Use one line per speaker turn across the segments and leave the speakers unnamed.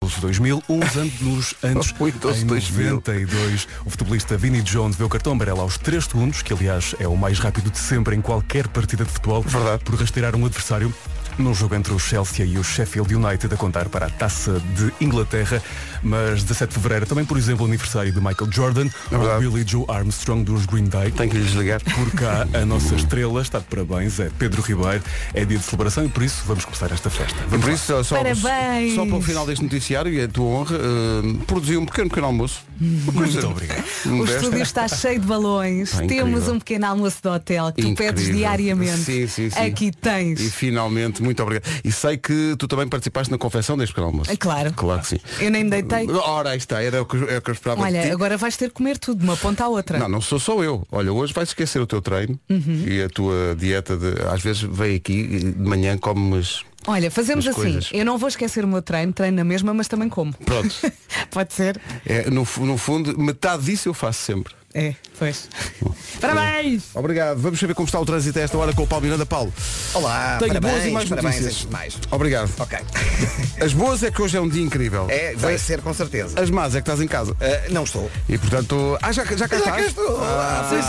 12 2000, uns anos antes,
Foi 12
em
2000.
92, o futebolista Vinnie Jones vê o cartão amarelo aos 3 segundos, que aliás é o mais rápido de sempre em qualquer partida de futebol,
Verdade.
por rastrear um adversário num jogo entre o Chelsea e o Sheffield United a contar para a Taça de Inglaterra, mas 17 de Fevereiro também, por exemplo, o aniversário de Michael Jordan, ou
É verdade.
Billy Joe Armstrong dos Green Day.
Tenho que lhe desligar.
Por cá, a nossa estrela está de parabéns, é Pedro Ribeiro. É dia de celebração e por isso vamos começar esta festa.
E por isso, só, só,
Parabéns.
só para o final deste noticiário, e a tua honra, eh, produzi um pequeno pequeno almoço. Uma coisa um
Muito obrigado.
O
modesta.
estúdio está cheio de balões.
Pá, Ah, incrível.
Temos um pequeno almoço de hotel que tu
Incrível.
pedes diariamente.
Sim, sim, sim.
Aqui tens.
E finalmente, muito obrigado. E sei que tu também participaste na confecção deste pequeno almoço.
É claro.
Claro que sim.
Eu nem me deitei.
Ora, aí está, era o que, era o que eu esperava. de ti.
Olha, agora vais ter de comer tudo, de uma ponta à outra.
Não, não sou só eu. Olha, hoje vais esquecer o teu treino
Uhum.
e a tua dieta de. Às vezes vem aqui e de manhã comes.
Olha, fazemos
As
assim.
coisas.
Eu não vou esquecer o meu treino, treino na mesma, mas também como.
Pronto.
Pode ser?
É, no, fu- no fundo, metade disso eu faço sempre.
É, pois. Parabéns!
Obrigado. Vamos saber como está o trânsito a esta hora com o Paulo Miranda. Paulo,
Olá,
tenho
parabéns,
boas e mais
parabéns
notícias.
antes de mais.
Obrigado.
Ok.
As boas é que hoje é um dia incrível.
É, vai ser com certeza.
As más é que estás em casa.
Ah, não estou.
E portanto. Ah, já, já cá
Já
estás?
cá estou.
Ah,
Sim,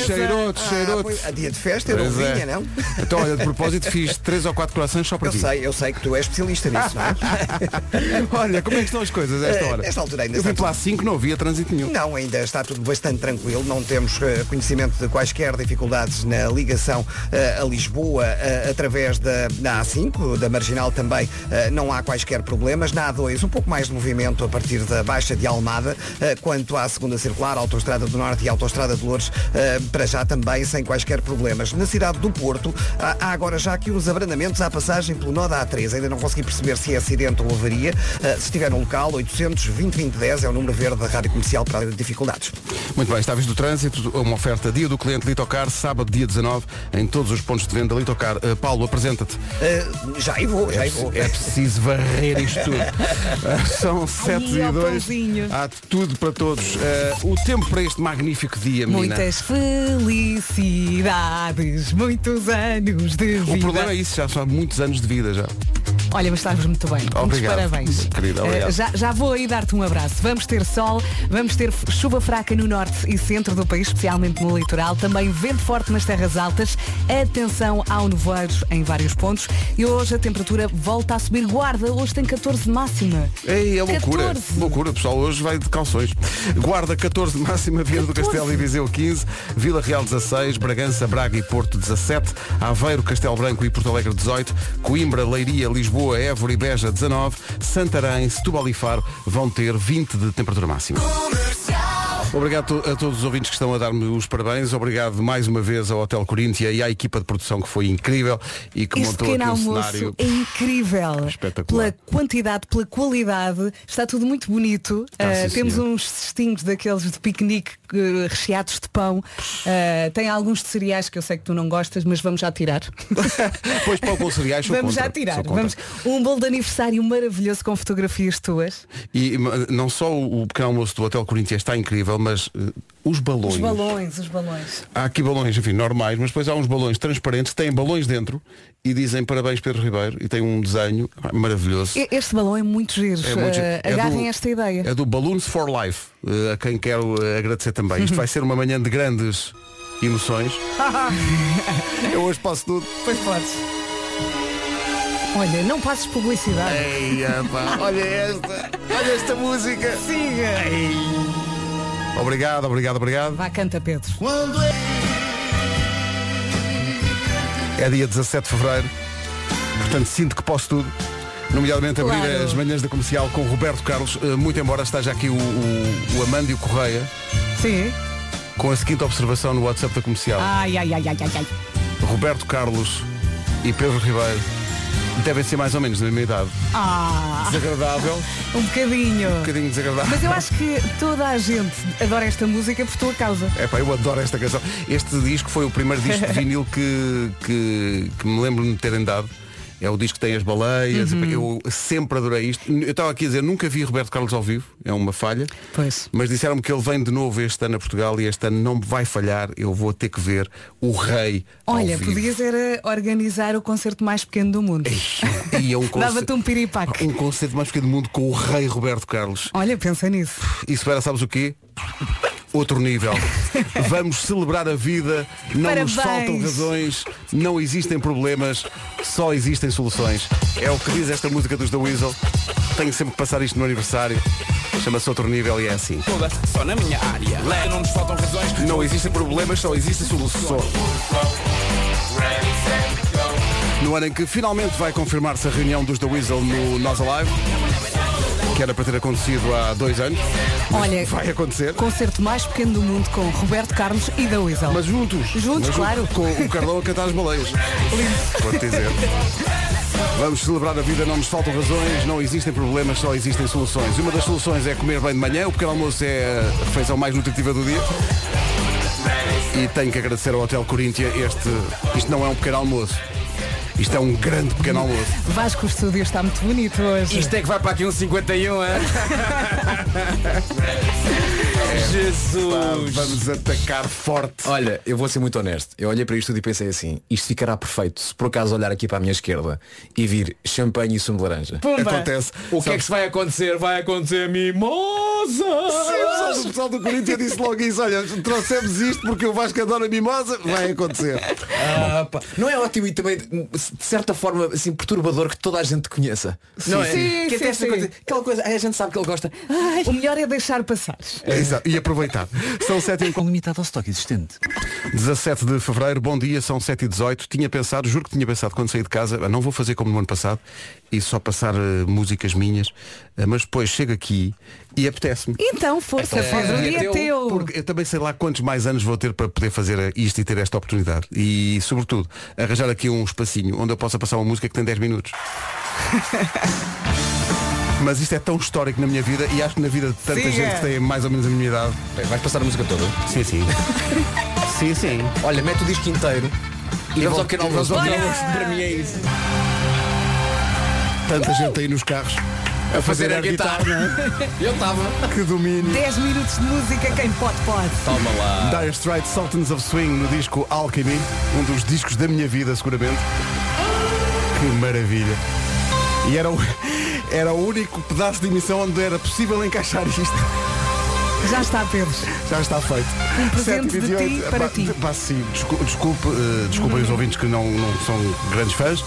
sim.
Cheirou-te,
Ah, pois,
cheirou-te.
a dia de festa eu não
Pois é.
vinha, não?
Então, olha, de propósito fiz três ou quatro corações só para
Eu
ti.
sei, eu sei que tu és especialista nisso, não é?
Olha, como é que estão as coisas a esta
Eh,
hora?
nesta altura ainda
Eu vim
está
para lá 5, não havia trânsito nenhum.
Não, ainda está tudo bastante tranquilo, não temos eh, conhecimento de quaisquer dificuldades na ligação eh, a Lisboa eh, através da, da A5, da Marginal também eh, não há quaisquer problemas. Na A2, um pouco mais de movimento a partir da Baixa de Almada, eh, quanto à segunda circular, Autostrada do Norte e Autostrada de Lourdes, eh, para já também sem quaisquer problemas. Na cidade do Porto, há, há agora já aqui uns abrandamentos à passagem pelo Nó da A3, ainda não consegui perceber se é acidente ou avaria. Eh, se estiver no local, 800 20 20 10 é o número verde da Rádio Comercial para dificuldades.
Muito bem, está a visto do trânsito, uma oferta dia do cliente Litocar, sábado dia 19, em todos os pontos de venda Litocar. Eh, Paulo, apresenta-te.
Eh, já e vou, já
É,
e vou.
preci- é preciso varrer isto tudo. Ah, São 7
ó,
e 2.
pãozinho.
Há de tudo para todos. Ah, o tempo para este magnífico dia, menina.
Muitas felicidades, muitos anos de vida.
O problema é isso, já são muitos anos de vida já.
Olha, mas estás muito bem. Muitos
Obrigado,
parabéns.
querida, obrigado.
Eh, já, já vou aí dar-te um abraço. Vamos ter sol, vamos ter f- chuva fraca no norte e centro do país, especialmente no litoral. Também vento forte nas terras altas. Atenção ao nevoeiro em vários pontos. E hoje a temperatura volta a subir. Guarda, hoje tem 14 de máxima.
Ei, é loucura.
14.
Loucura, o pessoal hoje vai de calções. Guarda 14, máxima Viana do
14.
Castelo e Viseu 15, Vila Real 16, Bragança, Braga e Porto 17, Aveiro, Castelo Branco e Porto Alegre 18, Coimbra, Leiria, Lisboa, Évora e Beja 19, Santarém, Setúbal e Faro vão ter 20 de temperatura máxima. Obrigado to- a todos os ouvintes que estão a dar-me os parabéns. Obrigado mais uma vez ao Hotel Coríntia e à equipa de produção que foi incrível e que
Este
montou aqui
pequeno
um
almoço
cenário.
é incrível.
Espetacular.
Pela quantidade, pela qualidade, está tudo muito bonito.
Ah,
Uh,
sim,
temos
senhor.
uns cestinhos daqueles de piquenique uh, recheados de pão. Uh, tem alguns de cereais que eu sei que tu não gostas, mas vamos já tirar.
Pois pão com cereais, sou
vamos
contra,
já tirar.
sou contra.
Vamos... Um bolo de aniversário maravilhoso com fotografias tuas.
E ma- não só o o pequeno almoço do Hotel Corinthians está incrível, mas eh, os balões.
Os balões, os balões.
Há aqui balões, enfim, normais, mas depois há uns balões transparentes, têm balões dentro e dizem parabéns Pedro Ribeiro e tem um desenho maravilhoso.
E- Este balão é muito giro.
muito
Uh,
giro. É do-
agarrem esta ideia.
É do Balloons for Life, eh, a quem quero eh, agradecer também. Isto vai ser uma manhã de grandes emoções. Eu hoje passo tudo.
Pois podes. Olha, não passes publicidade.
Ei, epá, olha esta, olha esta música.
Siga.
Obrigado, obrigado, obrigado.
Vá, canta, Pedro.
É dia 17 de Fevereiro, portanto sinto que posso tudo. Nomeadamente abrir
Claro.
as manhãs da comercial com o Roberto Carlos, eh, muito embora esteja aqui o, o, o Amândio Correia,
Sim.
com a seguinte observação no WhatsApp da comercial.
Ai, ai, ai, ai, ai, ai.
Roberto Carlos e Pedro Ribeiro devem ser mais ou menos da mesma idade.
Ah,
Desagradável,
um bocadinho.
um bocadinho desagradável.
Mas eu acho que toda a gente adora esta música por tua causa.
Epá, eu adoro esta canção. Este disco foi o primeiro disco de vinil que, que, que me lembro de me terem dado. É o disco que tem as baleias.
Uhum.
Eu sempre adorei isto. Eu estava aqui a dizer, nunca vi Roberto Carlos ao vivo. É uma falha.
Pois.
Mas disseram-me que ele vem de novo este ano a Portugal e este ano não vai falhar. Eu vou ter que ver o rei
Olha,
ao vivo.
podias era organizar o concerto mais pequeno do mundo.
E é um concerto-
Dava-te um piripaque.
Um concerto mais pequeno do mundo com o rei Roberto Carlos.
Olha, pensa nisso.
Isso era, sabes o quê? Outro nível. Vamos celebrar a vida. Não
Parabéns.
nos faltam razões. Não existem problemas. Só existem soluções. É o que diz esta música dos The Weasel. Tenho sempre que passar isto no aniversário. Chama-se Outro Nível e é assim.
toda só na minha área. Lá não nos faltam razões.
Não existem problemas, só existem soluções. No ano em que finalmente vai confirmar-se a reunião dos The Weasel no Nós Alive, que era para ter acontecido há dois anos.
Olha,
Vai acontecer.
concerto mais pequeno do mundo com Roberto Carlos e da Weasel.
Mas juntos.
Juntos,
Mas
claro.
Com o Carlão a cantar as baleias. Vou-te dizer. Vamos celebrar a vida, não nos faltam razões, não existem problemas, só existem soluções. Uma das soluções é comer bem de manhã, o pequeno almoço é a refeição mais nutritiva do dia. E tenho que agradecer ao Hotel Coríntia este. Isto não é um pequeno almoço. Isto é um grande pequeno almoço.
Vasco, o estúdio está muito bonito hoje.
Isto é que vai para aqui um 51, é? Jesus!
Vamos atacar forte.
Olha, eu vou ser muito honesto. Eu olhei para isto tudo e pensei assim, isto ficará perfeito se por acaso olhar aqui para a minha esquerda e vir champanhe e sumo de laranja.
Pumba.
Acontece.
O que é que se vai acontecer? Vai acontecer mimosa!
O pessoal do Corinthians disse logo isso, olha, trouxemos isto porque o Vasco adora mimosa, vai acontecer.
Ah, pá. Não é ótimo e também, de certa forma, assim, perturbador que toda a gente conheça. não é?
Sim,
que até
sim,
essa
sim.
Coisa, aquela coisa, ai, a gente sabe que ele gosta.
O melhor é deixar passar.
Exato. E aproveitar. São 7 e...
limitado ao estoque existente.
17 de Fevereiro, bom dia, são 7 e 18 Tinha pensado, juro que tinha pensado quando saí de casa "Ah, Não vou fazer como no ano passado E só passar eh, músicas minhas Eh, Mas depois chego aqui e apetece-me
Então, força,
É,
Pedro, o
é
dia é
teu,
teu.
porque eu também sei lá quantos mais anos vou ter para poder fazer isto e ter esta oportunidade. E, sobretudo, arranjar aqui um espacinho onde eu possa passar uma música que tem 10 minutos. Mas isto é tão histórico na minha vida e acho que na vida de tanta
Siga.
gente que tem mais ou menos a minha idade.
Bem, vais passar a música toda?
Sim, sim. sim, sim.
Olha, mete o disco inteiro e, vamos ao
volta-
canal.
e vamos ao
Bora!
canal.
Para mim é isso.
Tanta gente aí nos carros a fazer, a guitarra.
Eu estava.
Que domínio.
10 minutos de música, quem pode, pode.
Toma lá.
Dire Straits Sultans of Swing no disco Alchemy, um dos discos da minha vida, seguramente. Que maravilha. E era o, era o único pedaço de emissão onde era possível encaixar isto.
Já está, Pedro.
Já está feito.
Um presente de ti
7h28.
para
Pá,
ti. Uhum.
pá, sim, desculpe, desculpe, eh, desculpem os ouvintes que não, não são grandes fãs,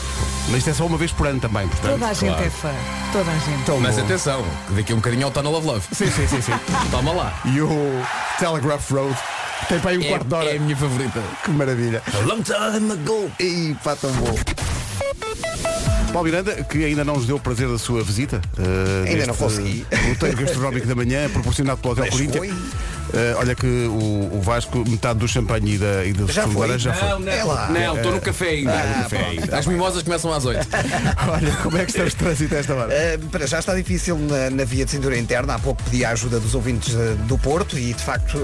mas isto é só uma vez por ano também, portanto.
Toda a gente é fã. Toda a gente.
Tão
Mas
bom.
atenção, que daqui a um bocadinho ele está no Love Love.
Sim, sim, sim, sim.
Toma lá.
E o Telegraph Road tem para aí um
É,
quarto de hora.
é a minha favorita.
Que maravilha.
Long time ago.
E pá, tão bom. Paulo Miranda, que ainda não nos deu o prazer da sua visita. eh,
Ainda não
neste,
consegui.
eh, Roteiro gastronómico da manhã, proporcionado pelo Hotel
Mas
Corinthians.
foi.
Eh, olha que o, o Vasco, metade do champanhe e da, e da
Já
sumo de
foi.
laranja já foi. Ah, É,
É lá.
Não, estou no café ainda.
Ah,
As mimosas começam às 8.
Olha, como é que estamos de trânsito a esta hora?
Uh, para já está difícil na, na via de cintura interna. Há pouco pedi a ajuda dos ouvintes uh, do Porto e, de facto, uh,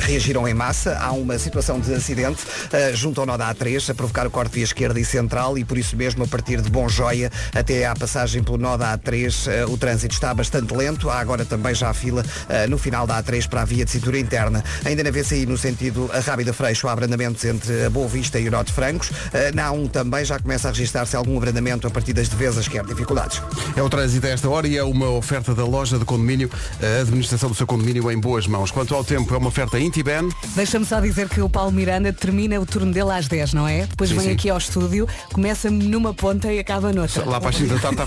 reagiram em massa. Há uma situação de acidente uh, junto ao Noda A3 a provocar o corte via esquerda e central e, por isso mesmo, a partir de Bom Joia até à passagem pelo Noda A3, uh, o trânsito está bastante lento. Há agora também já a fila uh, no final da A3 para a via de cintura interna. Ainda na VCI, no sentido a Rábida Freixo, há abrandamentos entre a Boa Vista e o Nó de Francos. Uh, na A1 também já começa a registrar-se algum abrandamento a partir das devesas, quer dificuldades.
É o trânsito a esta hora e é uma oferta da loja de condomínio, a administração do seu condomínio em boas mãos. Quanto ao tempo, é uma oferta Intiben.
Deixa-me só dizer que o Paulo Miranda termina o turno dele às 10, não é? Depois vem aqui ao estúdio, começa numa ponta e acaba noutra.
Lá para as 5 da tarde está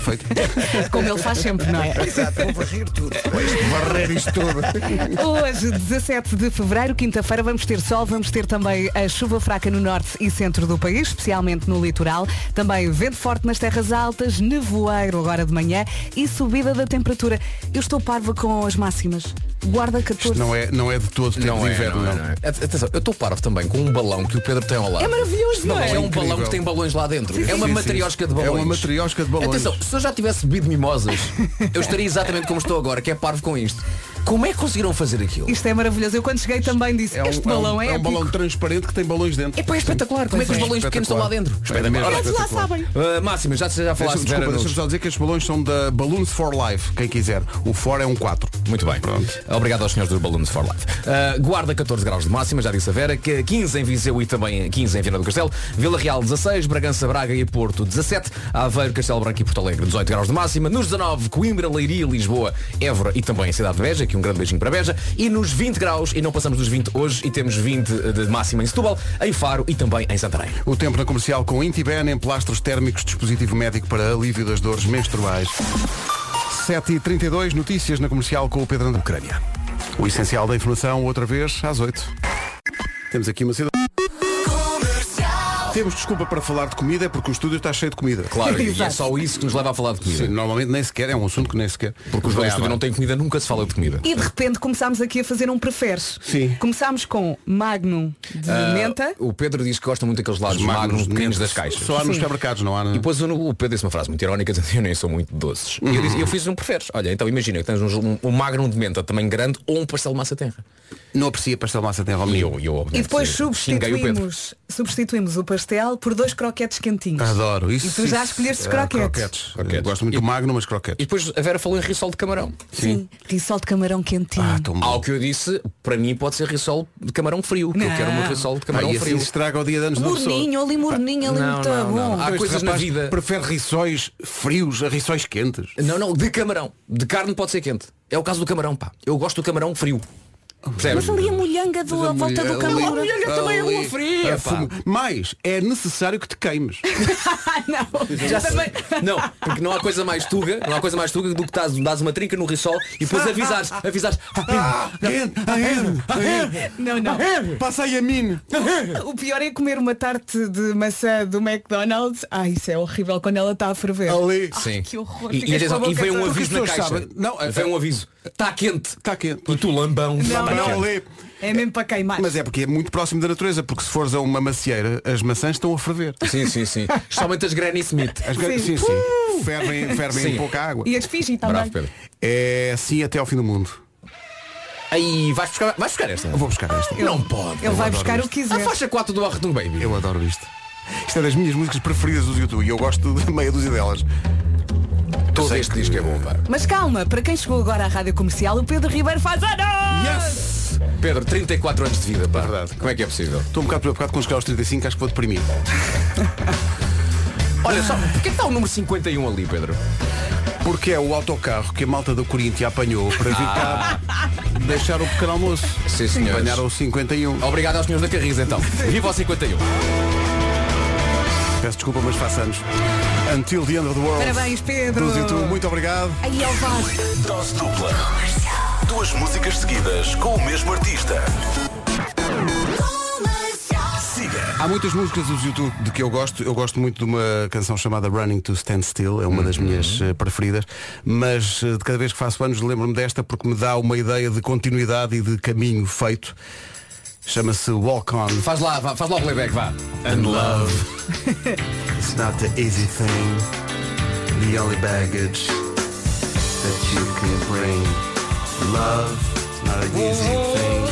feito.
Como ele faz sempre, não é?
Exato, vou varrer tudo. Pois,
Varrer isto tudo.
Hoje, 17 de fevereiro, quinta-feira, vamos ter sol, vamos ter também a chuva fraca no norte e centro do país, especialmente no litoral. Também vento forte nas terras altas, nevoeiro agora de manhã e subida da temperatura. Eu estou parva com as máximas. Guarda 14.
Isto não é, não é de todo tempo de inverno, não. é.
Atenção, eu estou parvo também com um balão que o Pedro tem ao lado.
É maravilhoso, não é?
É um balão que tem balões lá dentro. é
Sim,
uma
sim.
matriosca de balões.
É uma matriosca de balões.
Atenção, se eu já tivesse bebido mimosas, eu estaria exatamente como estou agora, que é parvo com isto. Como é que conseguiram fazer aquilo?
Isto é maravilhoso. Eu quando cheguei também disse,
É um,
este
é um-
balão é,
é um
épico.
balão transparente que tem balões dentro.
É pá, é espetacular. Como é que
Pois
os
é.
balões pequenos estão lá dentro?
Espera mesmo.
Eles lá
espetacular.
sabem.
Ah, Máxima, já, já
Deixa-
falaste.
Desculpa,
Vera
deixa-me
Nunes.
só dizer que estes balões são da Balloons for Life, quem quiser. O for é um 4.
Muito bem. Obrigado aos senhores dos Balloons for Life. Uh, Guarda 14 graus de máxima, já disse a Vera, que 15 em Viseu e também 15 em Viana do Castelo, Vila Real 16, Bragança, Braga e Porto 17, Aveiro, Castelo Branco e Porto Alegre 18 graus de máxima, nos 19 Coimbra, Leiria, Lisboa, Évora e também a cidade de Beja, aqui um grande beijinho para Beja, e nos 20 graus, e não passamos dos 20 hoje, e temos 20 de máxima em Setúbal, em Faro e também em Santarém.
O tempo na comercial com Intiben, emplastros térmicos, dispositivo médico para alívio das dores menstruais. 7h32, notícias na comercial com o Pedro André. Ucrânia. O essencial da informação, outra vez, às 8 Temos aqui uma cidade. Temos desculpa para falar de comida, é porque o estúdio está cheio de comida.
Claro, e é
Exato.
só isso que nos leva a falar de comida.
Sim, normalmente nem sequer, é um assunto que nem sequer.
Porque os
vai
velhos
à
também não têm comida, nunca se fala de comida.
E de repente começámos aqui a fazer um preferes.
Sim.
Começámos com Magnum de
Ah,
menta.
O Pedro diz que gosta muito daqueles lados
Os
magros, pequenos
mentes.
das caixas.
Só há nos
Sim.
supermercados, não há? né?
E depois o o Pedro disse uma frase muito irónica, dizendo eu nem sou muito de doces. E eu, disse, eu fiz um preferes. Olha, então imagina que tens um, um magro de menta também grande ou um pastel de massa terra.
Não aprecia pastel de massa tem
E eu, eu
E depois
xinguei o Pedro.
substituímos, substituímos o pastel por dois croquetes quentinhos.
Adoro isso.
E tu já
isso,
escolheste
é,
croquetes.
croquetes.
Croquetes.
Eu Gosto muito do magno, mas croquetes.
E depois a Vera falou em rissol de camarão.
Sim. Risol de camarão quentinho.
Ah, tão bom.
Ao que eu disse, para mim pode ser rissol de camarão frio. Que eu
Não.
quero um rissol de
Ah,
camarão
e assim
frio.
estraga o dia de anos da pessoa.
morninho, ali morninho, ali
Ah, Não,
muito
não, não,
bom.
não. Há
Então, este
coisas na
rapaz
vida.
Prefere rissóis frios a rissóis quentes.
Não, não, de camarão. De carne pode ser quente. É o caso do camarão, pá. Eu gosto do camarão frio. Percebes?
Mas ali a molhanga do, a volta do camarão.
também é boa fria,
Ah, fumo. Mas é necessário que te queimes.
Ah, não. Já também...
Não, porque não há coisa mais tuga, não há coisa mais tuga do que estás, dás uma trinca no risol e depois avisares, avisares.
Ah, quente, a erro, a erro.
Não, não.
Passa aí a mim.
O pior é comer uma tarte de maçã do McDonald's. Ah, isso é horrível quando ela está a ferver.
É Ali.
Ai,
Sim.
que horror.
E, e,
Ficas
atenção,
com a
e
boca
vem um
toda-
Porque as
aviso na
pessoas
caixa.
sabem. Não, é-
vem um aviso. Está quente.
Está quente.
E tu lambão.
Não,
Tá
Não,
quente.
ali.
É mesmo para queimar.
Mas é porque é muito próximo da natureza, porque se fores a uma macieira, as maçãs estão a ferver.
Sim, sim, sim. Somente as Granny Smith.
As
Sim.
sim, sim. sim. Fervem, fervem
Sim.
em pouca água.
E as fingi também.
Bravo, Pedro.
É assim até ao fim do mundo.
Aí, vais buscar, vais buscar esta.
Eu vou buscar esta.
Não pode.
Ele vai
adoro
buscar o
isto.
que
A
quiser.
faixa 4 do Arretum Baby.
Eu adoro isto. Isto é das minhas músicas preferidas do YouTube e eu gosto de meia dúzia delas.
Todo
sei
este
que-
disco é bom, pá.
Mas calma, para quem chegou agora à Rádio Comercial, o Pedro Ribeiro faz anos!
Yes!
Pedro, 34 anos de vida, pá.
Verdade.
Como é que é possível?
Estou um bocado preocupado com chegar aos 35, acho que vou deprimir.
Olha só, porquê que está o número 51 ali, Pedro?
Porque é o autocarro que a malta do Corinthians apanhou para vir cá deixar o pequeno almoço.
Sim, senhores.
Apanharam o 51.
Obrigado aos senhores da Carris, então. Viva ao 51.
Peço desculpa, mas faço anos. Until the end of the world.
Parabéns, Pedro.
Dos YouTube, muito obrigado.
Aí ele vai.
Dose dupla. Duas músicas seguidas com o mesmo artista. Siga.
Há muitas músicas dos YouTube de que eu gosto. Eu gosto muito de uma canção chamada Running to Stand Still, é uma das minhas eh, preferidas, mas eh, de cada vez que faço anos lembro-me desta porque me dá uma ideia de continuidade e de caminho feito. Chama-se Walk On.
Faz lá, vá, faz lá o playback, vá.
And love. It's not the easy thing. The only baggage that you can bring. Love is not an easy thing.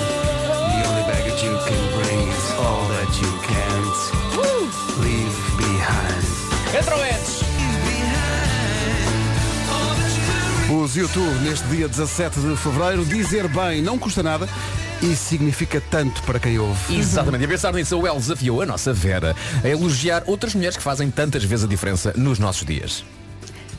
The only baggage you can bring is all that you can't leave behind. Os YouTube neste dia 17 de fevereiro dizer bem não custa nada e significa tanto para quem ouve.
Exatamente. E a pensar nisso, a UEL desafiou a nossa Vera a elogiar outras mulheres que fazem tantas vezes a diferença nos nossos dias.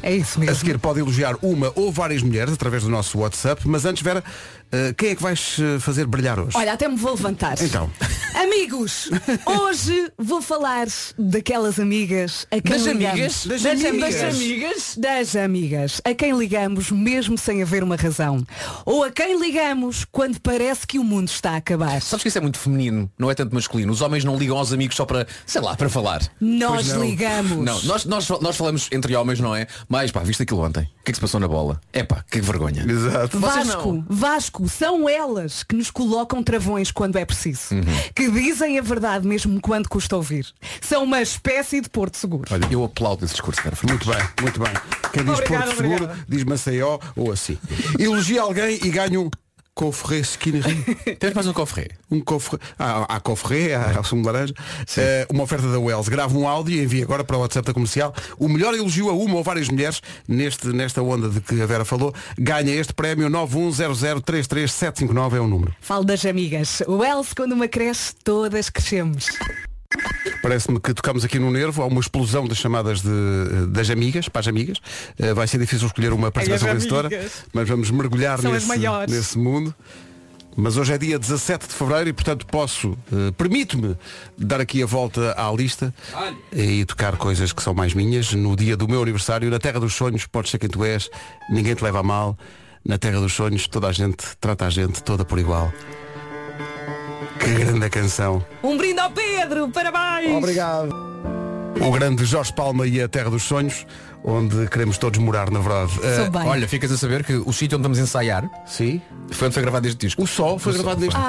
É isso
A
mesmo.
seguir pode elogiar uma ou várias mulheres através do nosso WhatsApp, mas antes, Vera, eh, quem é que vais eh, fazer brilhar hoje?
Olha, até me vou levantar.
Então.
Amigos, hoje vou falar daquelas amigas a quem
Das
ligamos.
amigas?
Das
amigas.
amigas.
Das amigas. Das amigas. A quem ligamos mesmo sem haver uma razão. Ou a quem ligamos quando parece que o mundo está a acabar.
Sabes que isso é muito feminino, não é tanto masculino. Os homens não ligam aos amigos só para, sei lá, para falar.
Nós ligamos.
Não, nós, nós, nós falamos entre homens, não é? Mas pá, viste aquilo ontem. O que é que se passou na bola? É pá, que vergonha.
Exato.
Vocês
Uhum.
Vasco, Vasco, são elas que nos colocam travões quando é preciso. Que que dizem a verdade mesmo quando custa ouvir. São uma espécie de Porto Seguro.
Olha, eu aplaudo esse discurso, Vera Fernandes.
Muito bem, muito bem. Quem diz
Obrigada,
Porto Seguro,
obrigada.
diz Maceió ou assim. Elogia alguém e ganha um cofre skinnery.
Temos mais um cofre.
Um cofre. Ah, há cofre, há, há sumo de laranja. Eh, uma oferta da Wells. Grava um áudio e envia agora para o WhatsApp da comercial. O melhor elogio a uma ou várias mulheres, neste, nesta onda de que a Vera falou, ganha este prémio 910033759 é o número.
Falo das amigas. O Else, quando uma cresce, todas crescemos.
Parece-me que tocamos aqui no nervo, há uma explosão das chamadas de, eh, das amigas, para as amigas. Eh, vai ser difícil escolher uma participação
Ai, as
vencedora,
amigas.
mas vamos mergulhar
São as
nesse,
maiores.
nesse mundo. Mas hoje é dia 17 de Fevereiro e portanto posso, eh, permito-me dar aqui a volta à lista e tocar coisas que são mais minhas. No dia do meu aniversário, na Terra dos Sonhos, podes ser quem tu és, ninguém te leva a mal. Na Terra dos Sonhos toda a gente trata a gente toda por igual. Que grande canção.
Um brinde ao Pedro, parabéns!
Obrigado.
O grande Jorge Palma e a Terra dos Sonhos, onde queremos todos morar, na verdade.
Sou
Ah,
bem.
Olha, ficas a saber que o sítio onde vamos ensaiar
sim?
foi onde foi gravado este disco.
O Sol foi gravado neste.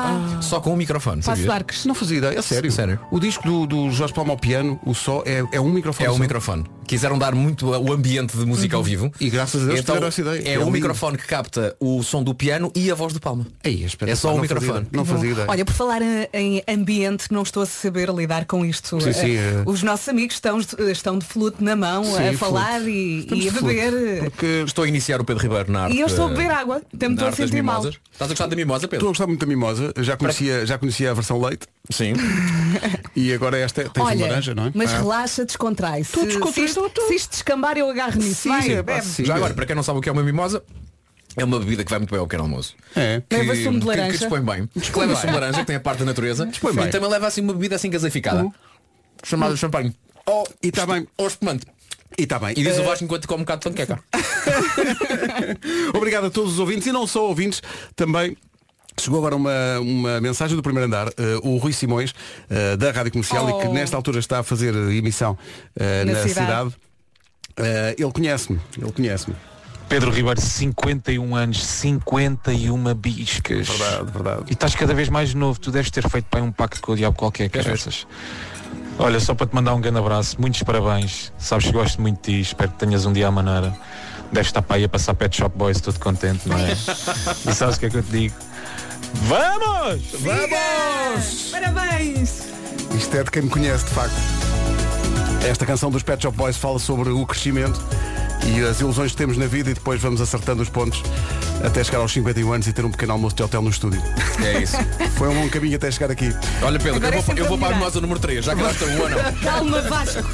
Só com um microfone,
Passo
sabias?
de arcos.
Não fazia ideia, é sério.
Sério.
O disco do, do Jorge Palma ao piano, o Sol, é, é um microfone.
É um
só.
microfone. Quiseram dar muito a- o ambiente de música
Uhum.
ao vivo.
E graças a Deus tiveram essa ideia.
É,
É
um
lindo.
microfone que capta o som do piano e a voz do palma.
Ei, espera,
É só
não
um
fazia
microfone.
ideia, Não fazia ideia.
Olha, por falar em- em ambiente, não estou a saber lidar com isto.
Sim,
Eh,
sim, eh.
Os nossos amigos estão, estão de flute na mão
Sim,
a
flute.
falar e,
Estamos
e a
de flute,
beber. eh,
Porque
Estou a iniciar o Pedro Ribeiro na arte.
E eu estou a
eh,
beber água. Também
na
estou a
arte das
sentir mal.
mimosas. Estás a gostar da mimosa,
estou a
Pedro?
gostar muito da mimosa, já conhecia, já conhecia a versão leite
Sim.
e agora esta é- tens
Olha,
uma laranja, não é?
mas
Ah.
relaxa, descontrai. Se,
descontrai, então,
se, isto- se isto descambar, eu agarro nisso.
Sim,
Vai,
sim,
bebe.
pá, sim.
Já agora, para quem não sabe o que é uma mimosa, é uma bebida que vai muito bem ao pequeno almoço.
É.
Que,
Leva sumo um de
que-
laranja.
Que, dispõe bem. Que leva sumo de laranja, que tem a parte da natureza.
Dispõe
e
bem.
também leva assim uma bebida assim gaseificada. Chamada champanhe.
Oh, e está bem.
Ou espumante.
E está bem. Eh,
E
Eh.
diz o Vasco enquanto come um bocado de panqueca.
Obrigado a todos os ouvintes e não só ouvintes, também. Chegou agora uma, uma mensagem do primeiro andar, eh, o Rui Simões, eh, da Rádio Comercial, e que
Oh.
nesta altura está a fazer eh, emissão eh, na,
Na
cidade.
cidade.
Eh, ele conhece-me, ele conhece-me.
Pedro Ribeiro, 51 anos, 51 biscas.
Verdade, verdade.
E estás cada vez mais novo, tu deves ter feito pai um pacto com o diabo qualquer, caraças. Olha, só para te mandar um grande abraço, muitos parabéns. Sabes que gosto muito de ti, espero que tenhas um dia à maneira. Deves estar para aí a passar Pet Shop Boys, todo contente, não é? e sabes o que é que eu te digo? Vamos!
Vamos! Parabéns!
Isto é de quem me conhece, de facto. Esta canção dos Pet Shop Boys fala sobre o crescimento e as ilusões que temos na vida e depois vamos acertando os pontos até chegar aos 51 anos e ter um pequeno almoço de hotel no estúdio.
É isso.
Foi um longo caminho até chegar aqui.
Olha Pedro,
Agora
eu
é
vou,
sempre
eu
a
vou para a
melhorar.
mimosa número 3, já que lá está o ano.
Calma, Vasco.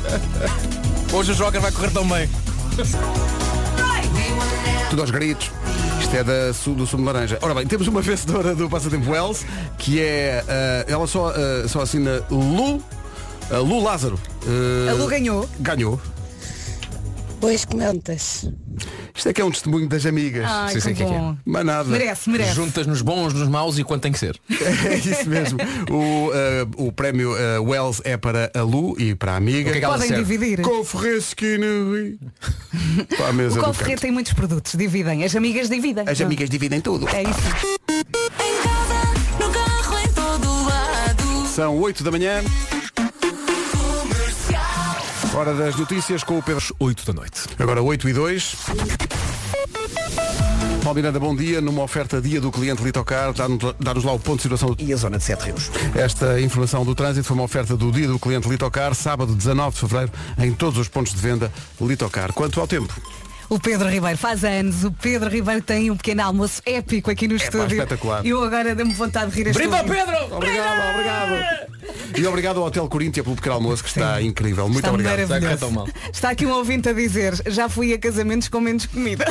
Hoje o Joker vai correr tão bem.
Tudo aos gritos. Isto é da, su- do sumo de laranja. Ora bem, temos uma vencedora do Passatempo Wells, que é. ah, ela só, ah, só assina Lu. ah, Lu Lázaro. Ah,
A Lu ganhou.
Ganhou.
Pois comentas.
Isto é que é um testemunho das amigas.
Ai,
Sim,
que
sim, que é que é.
bom.
Mas nada.
Merece, merece.
Juntas nos bons, nos maus e quanto tem que ser.
É isso mesmo. O, ah, o prémio ah, Wells é para a Lu e para a amiga.
O que é que ela
Podem
serve?
dividir.
Com Ferreira Skinnery. Para a mesa
O
do
Confrê
canto.
tem muitos produtos, dividem. As amigas dividem.
As amigas dividem tudo.
É isso.
Em casa, no carro, em todo lado.
São 8 da manhã. Hora das notícias com o Pedro.
8 da noite.
Agora 8 e 2. Paulo Miranda, bom dia. Numa oferta dia do cliente Litocar, dá-nos dá lá o ponto de situação.
E a zona de Sete Rios.
Esta informação do trânsito foi uma oferta do dia do cliente Litocar, sábado 19 de fevereiro, em todos os pontos de venda Litocar. Quanto ao tempo,
O Pedro Ribeiro faz anos. O Pedro Ribeiro tem um pequeno almoço épico aqui no estúdio.
É espetacular.
Eu agora dá-me vontade de rir a
Brima
estúdio.
Pedro!
Obrigado, obrigado. E obrigado ao Hotel Coríntia pelo pequeno almoço, que está incrível. Muito
Está
obrigado.
maravilhoso.
Está a correr tão mal.
Está aqui um ouvinte a dizer, já fui a casamentos com menos comida.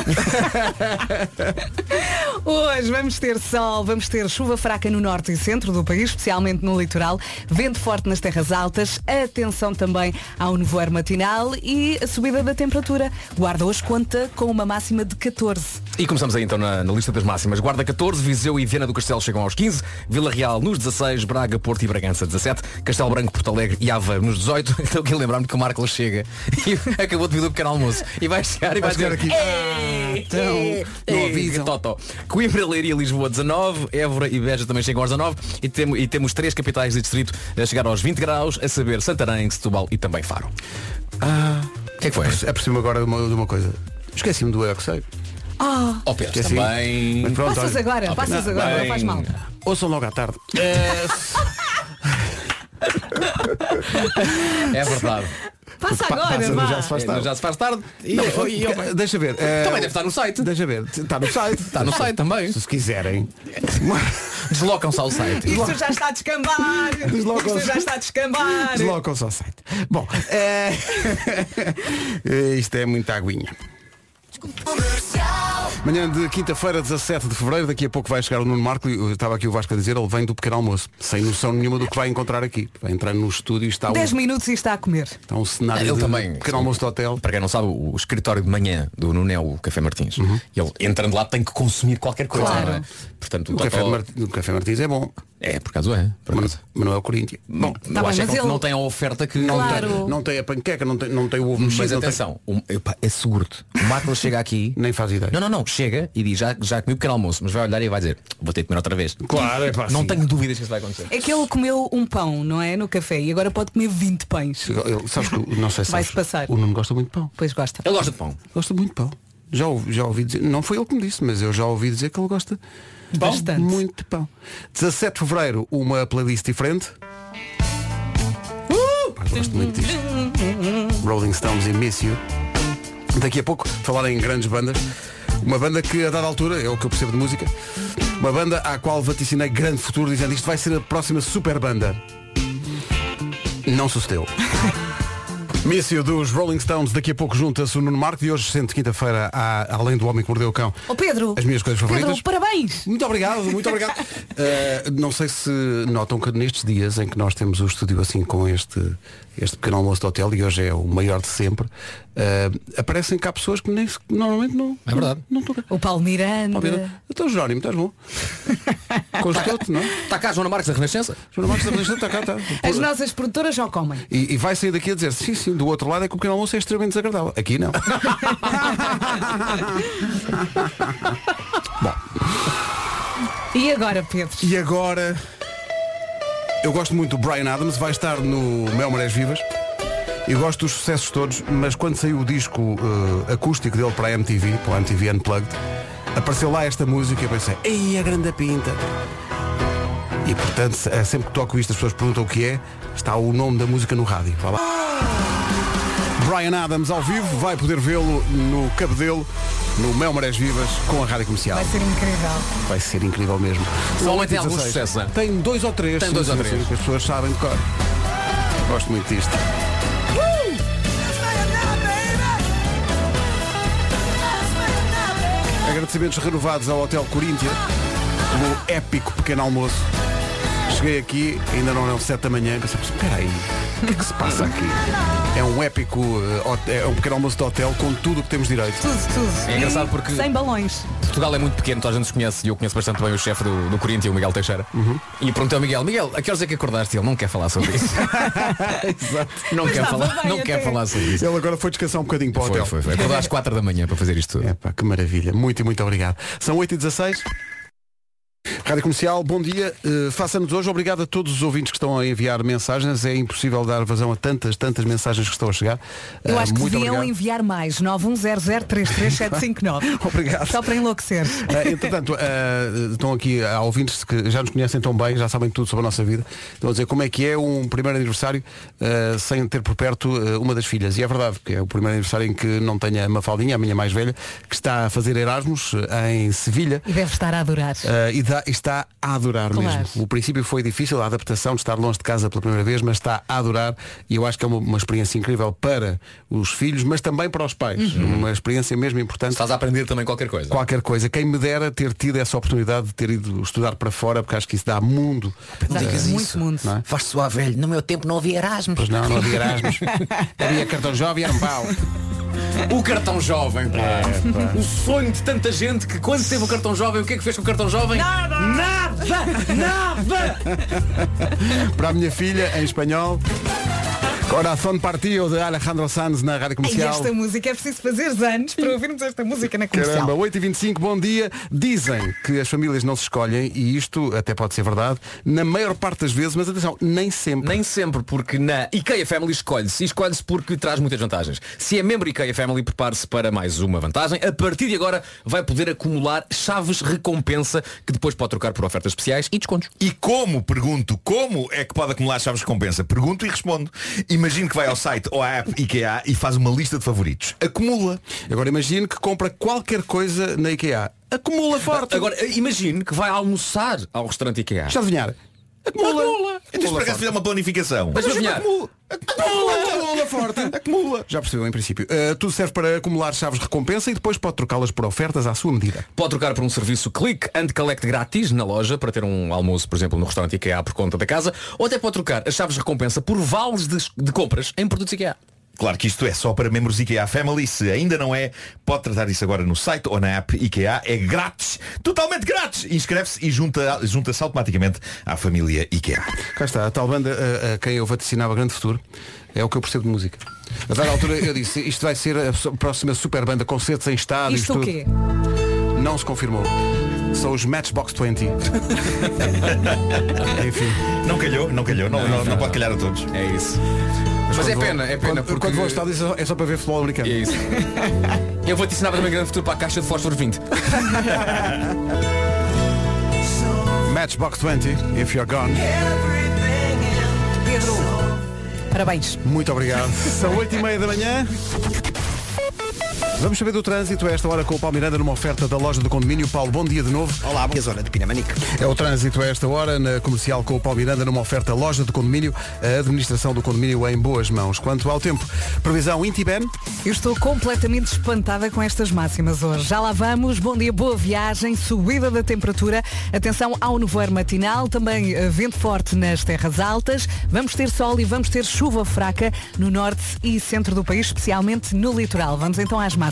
Hoje vamos ter sol, vamos ter chuva fraca no norte e centro do país, especialmente no litoral, vento forte nas terras altas, atenção também ao nevoeiro matinal e a subida da temperatura. Guarda hoje conta com uma máxima de 14.
E começamos aí então na, na lista das máximas. Guarda 14, Viseu e Viana do Castelo chegam aos 15, Vila Real nos 16, Braga, Porto e Bragança 17, Castelo Branco, Porto Alegre e Aveiro nos 18. Então que lembrar-me que o Marco chega e acabou de vir do pequeno almoço. E vai chegar e vai,
Vai chegar
dizer,
aqui.
"Ei,
Então,
ei,
não
ei,
avisam.
Toto. Coimbra, Leiria e Lisboa 19, Évora e Beja também chegam aos 19 e, temo- e temos três capitais de distrito a chegar aos 20 graus, a saber Santarém, Setúbal e também Faro.
Ah.
O que é que foi?
Apercebo-me agora de uma, de uma coisa. Esqueci-me do eu que sei.
Ó Pedro,
Esqueci.
também...
Mas pronto,
Passas
olha,
agora, passas agora, não
bem.
faz mal.
ouçam logo à tarde.
É verdade.
Passa
Pa-
agora,
passa,
vá.
já se faz tarde.
Já se faz tarde. E, e-
Ca- Deixa ver.
Então
eh,
Também deve estar no site.
Deixa ver. Está no site.
Tá
Está
no site também.
Se quiserem.
Deslocam-se ao site.
Isto já está a descambar.
Desloca-se.
Isto já está a descambar.
Deslocam-se ao site. Bom, eh, isto é muita aguinha. Manhã de quinta-feira, 17 de fevereiro, daqui a pouco vai chegar o Nuno Marco, e eu estava aqui o Vasco a dizer, ele vem do pequeno almoço, sem noção nenhuma do que vai encontrar aqui. Vai entrar no estúdio e está, um,
10 minutos e está a comer.
está um cenário
Ele
de
também.
pequeno almoço de hotel.
Para quem não sabe, o escritório de manhã do Nunel, o Café Martins,
Uhum.
ele entrando lá tem que consumir qualquer coisa.
Claro.
não é? Portanto,
um
O
o
café, de
Totó-
Mart- o café Martins é bom,
É, por acaso é. Por
mas
acaso.
mas não é o Corinthians. Bom,
Tá
eu
bem,
acho é
mas
que
ele-
não tem a oferta que
Claro.
não tem.
não tem a panqueca, não tem, não tem o ovo mexido,
Mas
não tem-
atenção, o, epá, asseguro-te, o Marco chega aqui.
Nem faz ideia.
Não, não, não, chega e diz, já, já comi o pequeno almoço, mas vai olhar e vai dizer, vou ter que comer outra vez.
Claro, é pá,
Não
sim.
tenho dúvidas que isso vai acontecer.
É que ele comeu um pão, não é? No café e agora pode comer 20 pães.
Ele- sabes que, o- não sei se
Vai-se
sabes,
passar.
o Nuno gosta muito de pão.
Pois gosta.
Ele gosta de pão.
Gosta muito de pão. Já, ouvi- já ouvi dizer, não foi ele que me disse, mas eu já ouvi dizer que ele gosta
Bastante.
muito de pão. 17 de Fevereiro, uma playlist diferente.
Uh!
Pá, gosto muito disto. Rolling Stones e Miss You. Daqui a pouco, falar em grandes bandas. Uma banda que a dada altura, é o que eu percebo de música, uma banda à qual vaticinei grande futuro, dizendo isto vai ser a próxima super banda. Não sucedeu. Mício dos Rolling Stones, daqui a pouco junta-se o Nuno Marco e hoje, sendo quinta-feira, há, além do Homem que Mordeu o Cão,
Ó Pedro,
as minhas coisas favoritas.
Pedro, parabéns.
Muito obrigado, muito obrigado. Uh, não sei se notam que nestes dias em que nós temos o estúdio assim com este, este pequeno almoço de hotel, e hoje é o maior de sempre, uh, aparecem cá pessoas que nem, se- normalmente não.
É verdade.
Não estou cá.
O Paulo
Ó, Pedro,
Miranda.
Então, Jerónimo, estás bom? Conjuntou-te, não é?
Está cá a Joana Marques da Renascença?
Jerónimo Marques da Beleza, está cá, está.
As nossas produtoras já o comem.
E, e vai sair daqui a dizer, sim, sim, do outro lado é que o pequeno almoço é extremamente desagradável. Aqui não.
E agora, Pedro?
E agora eu gosto muito do Brian Adams, vai estar no Mel Marés Vivas. Eu gosto dos sucessos todos, mas quando saiu o disco eh, acústico dele para a MTV, para a MTV Unplugged, apareceu lá esta música e eu pensei, ei, a grande pinta. E portanto, se- eh, sempre que toco isto as pessoas perguntam o que é, está o nome da música no rádio. Vá lá. Brian Adams ao vivo, vai poder vê-lo no Cabedelo, no Mel Marés Vivas, com a Rádio Comercial.
Vai ser incrível.
Vai ser incrível mesmo.
Só um homem tem algum
16.
sucesso, não é?
Tem dois ou três.
Tem
sim,
dois ou
sim,
três.
sim, que As pessoas sabem de cor. Gosto muito disto. Agradecimentos renovados ao Hotel Coríntia pelo épico pequeno almoço. Cheguei aqui, ainda não eram sete da manhã, e pensei, "Mas espera aí, o que é que se passa aqui? É um épico, eh, hot- é um pequeno almoço de hotel com tudo o que temos direito.
Tudo, tudo.
É engraçado porque-
Sem balões.
Portugal é muito pequeno, toda a gente se conhece e eu conheço bastante bem o chefe do, do Corinthians, o Miguel Teixeira. E perguntei ao Miguel, Miguel, a que horas é que acordaste? E Ele não quer falar sobre isso. Não
Mas
quer
estava
falar,
bem
não quer
até.
falar sobre isso.
Ele agora foi descansar um bocadinho para o
Foi,
hotel.
foi, foi. Acordou às 4 da manhã para fazer isto tudo.
É pá, que maravilha. Muito e muito obrigado. São 8h16. Rádio Comercial, bom dia. Eh, Faça-nos hoje. Obrigado a todos os ouvintes que estão a enviar mensagens. É impossível dar vazão a tantas, tantas mensagens que estão a chegar.
Eu
Eh,
acho que
muito
deviam
obrigado.
enviar mais. 910033759.
Obrigado.
Só para enlouquecer.
Eh, entretanto, eh, estão aqui há ouvintes que já nos conhecem tão bem, já sabem tudo sobre a nossa vida. Estão a dizer como é que é um primeiro aniversário eh, sem ter por perto eh, uma das filhas. E é verdade, porque é o primeiro aniversário em que não tenho a Mafaldinha, a minha mais velha, que está a fazer Erasmus eh, em Sevilha.
E deve estar a adorar.
Uh, e dá- e está a adorar
Claro.
mesmo. O princípio foi difícil, a adaptação de estar longe de casa pela primeira vez, mas está a adorar e eu acho que é uma, uma experiência incrível para os filhos, mas também para os pais. Uma experiência mesmo importante.
Estás a aprender também qualquer coisa.
Qualquer coisa. Quem me dera ter tido essa oportunidade de ter ido estudar para fora, porque acho que isso dá mundo.
Dá
Uh,
muito mundo.
não é?
Faz soar velho, no meu tempo não havia Erasmus.
Pois não, não havia Erasmus. havia cartão jovem e era um pau.
O cartão jovem, pá. O sonho de tanta gente que quando teve o cartão jovem, o que é que fez com o cartão jovem? Nada! Nada! Nada!
Para a minha filha, em espanhol, Coração Partido de Alejandro Sanz na Rádio
E
Comercial.
esta música é preciso fazer anos para ouvirmos esta música na comercial.
Caramba, 8h25, bom dia. Dizem que as famílias não se escolhem, e isto até pode ser verdade, na maior parte das vezes, mas atenção, nem sempre.
Nem sempre, porque na IKEA Family escolhe-se. E escolhe-se porque traz muitas vantagens. Se é membro IKEA Family, prepare-se para mais uma vantagem. A partir de agora, vai poder acumular chaves recompensa que depois pode trocar por ofertas especiais e descontos.
E como, pergunto, como é que pode acumular chaves de recompensa? Pergunto e respondo. Imagino que vai ao site ou à app IKEA e faz uma lista de favoritos. Acumula.
Agora imagino que compra qualquer coisa na IKEA. Acumula forte.
Agora, imagine que vai almoçar ao restaurante IKEA.
Está a adivinhar? Acumula. Acumula.
Então, para acaso,
forte.
fizer uma planificação.
Mas adivinhar.
Acumula, acumula forte. Acumula. Já percebeu em princípio. Uh, tudo serve para acumular chaves de recompensa e depois pode trocá-las por ofertas à sua medida.
Pode trocar por um serviço click and collect grátis na loja para ter um almoço, por exemplo, no restaurante IKEA por conta da casa, ou até pode trocar as chaves de recompensa por vales de, de compras em produtos IKEA.
Claro que isto é só para membros IKEA Family. Se ainda não é, pode tratar isso agora no site ou na app IKEA. É grátis. Totalmente grátis. Inscreve-se e junta- junta-se automaticamente à família IKEA.
Cá está, a tal banda a, a quem eu vaticinava grande futuro é o que eu percebo de música. A dada altura eu disse, isto vai ser a so- próxima super banda, concertos em estádios,
Isto o
tudo.
quê?
Não se confirmou. São os Matchbox 20. Enfim.
Não calhou, não calhou. Não, não- não pode calhar a todos.
É isso. Mas, é
quando vou-
pena, é pena,
quando,
porque...
Quando vou ao estádio é só- é só para ver futebol americano.
É isso. Eu vou te ensinar também grande futuro para a caixa de fósforo 20.
Matchbox 20, if you're gone.
Pedro, parabéns.
Muito obrigado. São 8 e meia da manhã. Vamos saber do trânsito a esta hora com o Paulo Miranda numa oferta da loja do condomínio. Paulo, bom dia de novo.
Olá, minha zona de Pinamanique.
É o trânsito a esta hora na comercial com o Paulo Miranda numa oferta loja do condomínio, a administração do condomínio em boas mãos. Quanto ao tempo, previsão Intiben,
Eu estou completamente espantada com estas máximas hoje. Já lá vamos, bom dia, boa viagem, subida da temperatura, atenção ao nevoeiro matinal, também eh, vento forte nas terras altas, vamos ter sol e vamos ter chuva fraca no norte e centro do país, especialmente no litoral. Vamos então às máximas.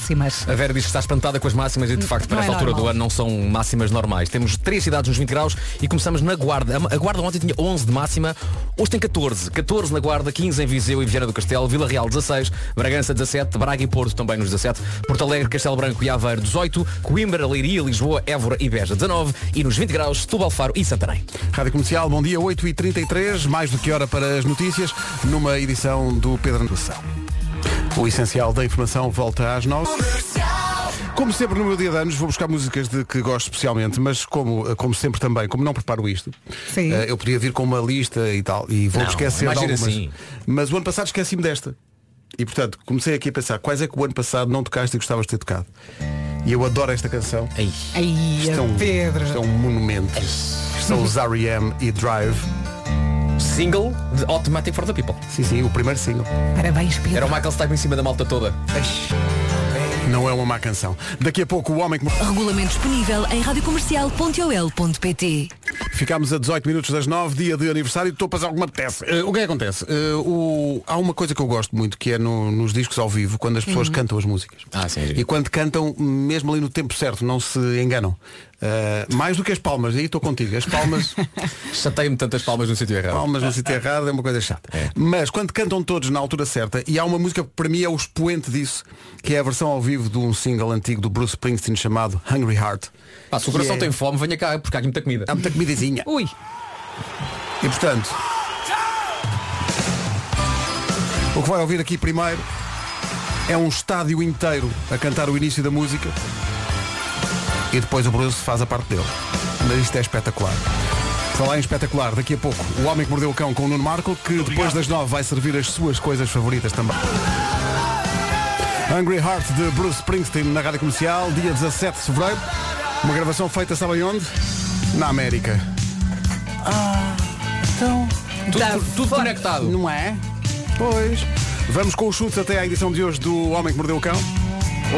A Vera diz que está espantada com as máximas e de facto para
Não é
esta altura
normal.
do ano não são máximas normais. Temos três cidades nos 20 graus e começamos na Guarda. A Guarda ontem tinha 11 de máxima, hoje tem 14. 14 na Guarda, 15 em Viseu e Viana do Castelo, Vila Real 16, Bragança 17, Braga e Porto também nos 17, Porto Alegre, Castelo Branco e Aveiro 18, Coimbra, Leiria, Lisboa, Évora e Beja 19 e nos 20 graus Setúbal, Faro e Santarém.
Rádio Comercial, bom dia, 8h33, mais do que hora para as notícias, numa edição do Pedro Nussão. O essencial da informação volta às 9 Como sempre no meu dia de anos vou buscar músicas de que gosto especialmente, mas como, como sempre também, como não preparo isto,
Sim.
eh, eu podia vir com uma lista e tal, e vou
Não,
esquecer de
imagina
algumas.
assim.
Mas o ano passado esqueci-me desta. E portanto, comecei aqui a pensar, quais é que o ano passado não tocaste e gostavas de ter tocado? E eu adoro esta canção.
Aí.
Aí,
Isto é um,
Pedro.
isto é um monumento. São os R.E.M. e Drive.
Single de Automatic for the People.
Sim, sim, o primeiro single.
Parabéns, Pedro.
Era o Michael Stipe em cima da malta toda.
Não é uma má canção. Daqui a pouco o homem que...
Regulamento disponível em radiocomercial.ol.pt
Ficámos a 18 minutos das 9, dia de aniversário, estou a passar alguma apetece. Eh, o que é que acontece? Eh, o- Há uma coisa que eu gosto muito, que é no- nos discos ao vivo, quando as pessoas cantam as músicas.
Ah, sim, é giro.
E quando cantam, mesmo ali no tempo certo, não se enganam. Eh, mais do que as palmas, aí estou contigo. As palmas,
Chatei-me tantas palmas no sítio errado.
palmas no sítio errado é uma coisa chata. Mas quando cantam todos na altura certa, e há uma música que para mim é o expoente disso, que é a versão ao vivo de um single antigo do Bruce Springsteen chamado Hungry Heart.
Pá, se o coração
Que é-
tem fome, venha cá, porque há aqui muita comida.
Há muita comidazinha.
Ui,
E portanto. O que vai ouvir aqui primeiro é um estádio inteiro a cantar o início da música e depois o Bruce faz a parte dele. Mas isto é espetacular. Por Falar em espetacular, daqui a pouco o Homem que Mordeu o Cão com o Nuno Marco, que depois das nove vai servir as suas coisas favoritas também. Angry Heart de Bruce Springsteen na Rádio Comercial, dia 17 de Fevereiro. Uma gravação feita, sabem onde? Na América.
Tudo,
Tá
tudo conectado.
Não é? Pois. Vamos com os chutes até à edição de hoje do Homem que Mordeu o Cão.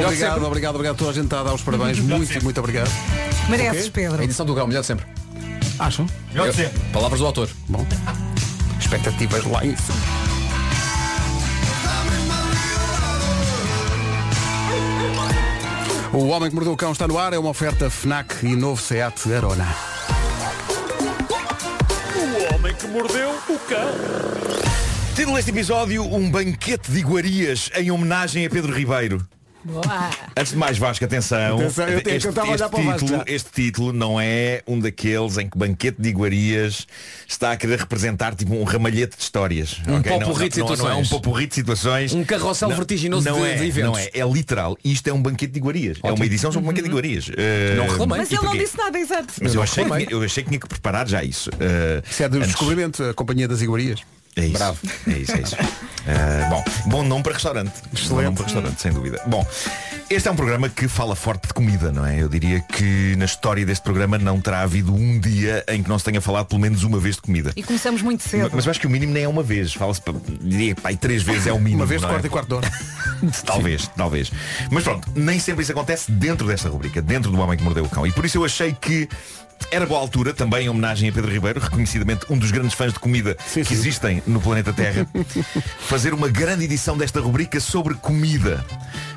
Obrigado,
sempre.
obrigado, obrigado. Toda a gente está a dar os parabéns. Muito, muito obrigado.
mereces, Pedro.
A edição do Grão, melhor de sempre.
Acham?
Melhor de
Eu-
sempre.
Palavras do autor.
Bom. Expectativas lá em cima. O Homem que Mordeu o Cão está no ar. É uma oferta FNAC e novo SEAT Arona.
Título deste episódio, um banquete de iguarias em homenagem a Pedro Ribeiro.
Boa.
Antes de mais Vasco, atenção.
Atenção, eu tenho- eu estava a olhar para o Vasco
título,
já.
este título não é um daqueles em que banquete de iguarias está a querer representar tipo um ramalhete de histórias.
Um
ok? Não-
popurrí de
não- não- Não é um
situações.
popurrí de situações.
Um carrossel
Não-
vertiginoso
não
de-
é,
de eventos.
Não é, é literal. Isto é um banquete de iguarias. É
Ótimo. Uhum.
uma edição sobre um banquete de iguarias. Eh,
Não reclamei.
Mas
e
ele não
porquê?
disse nada, exato.
Mas eu achei, que, eu achei que tinha que preparar já isso. Eh,
Isso é do
antes-
descobrimento, a Companhia das Iguarias.
é isso. É isso, é isso. Ah, bom, bom nome para restaurante. Bom nome para restaurante, sem dúvida. Bom, este é um programa que fala forte de comida, não é? Eu diria que na história deste programa não terá havido um dia em que não se tenha falado pelo menos uma vez de comida.
E começamos muito cedo.
Mas, mas eu acho que o mínimo nem é uma vez. Fala-se, pa- diria, pá, e três vezes é o mínimo.
Uma vez de
não é?
quarto e quarto de hora.
Talvez, talvez. Mas pronto, nem sempre isso acontece dentro desta rubrica, dentro do Homem que Mordeu o Cão. E por isso eu achei que era boa altura, também em homenagem a Pedro Ribeiro, reconhecidamente um dos grandes fãs de comida que existem no planeta Terra, fazer uma grande edição desta rubrica sobre comida.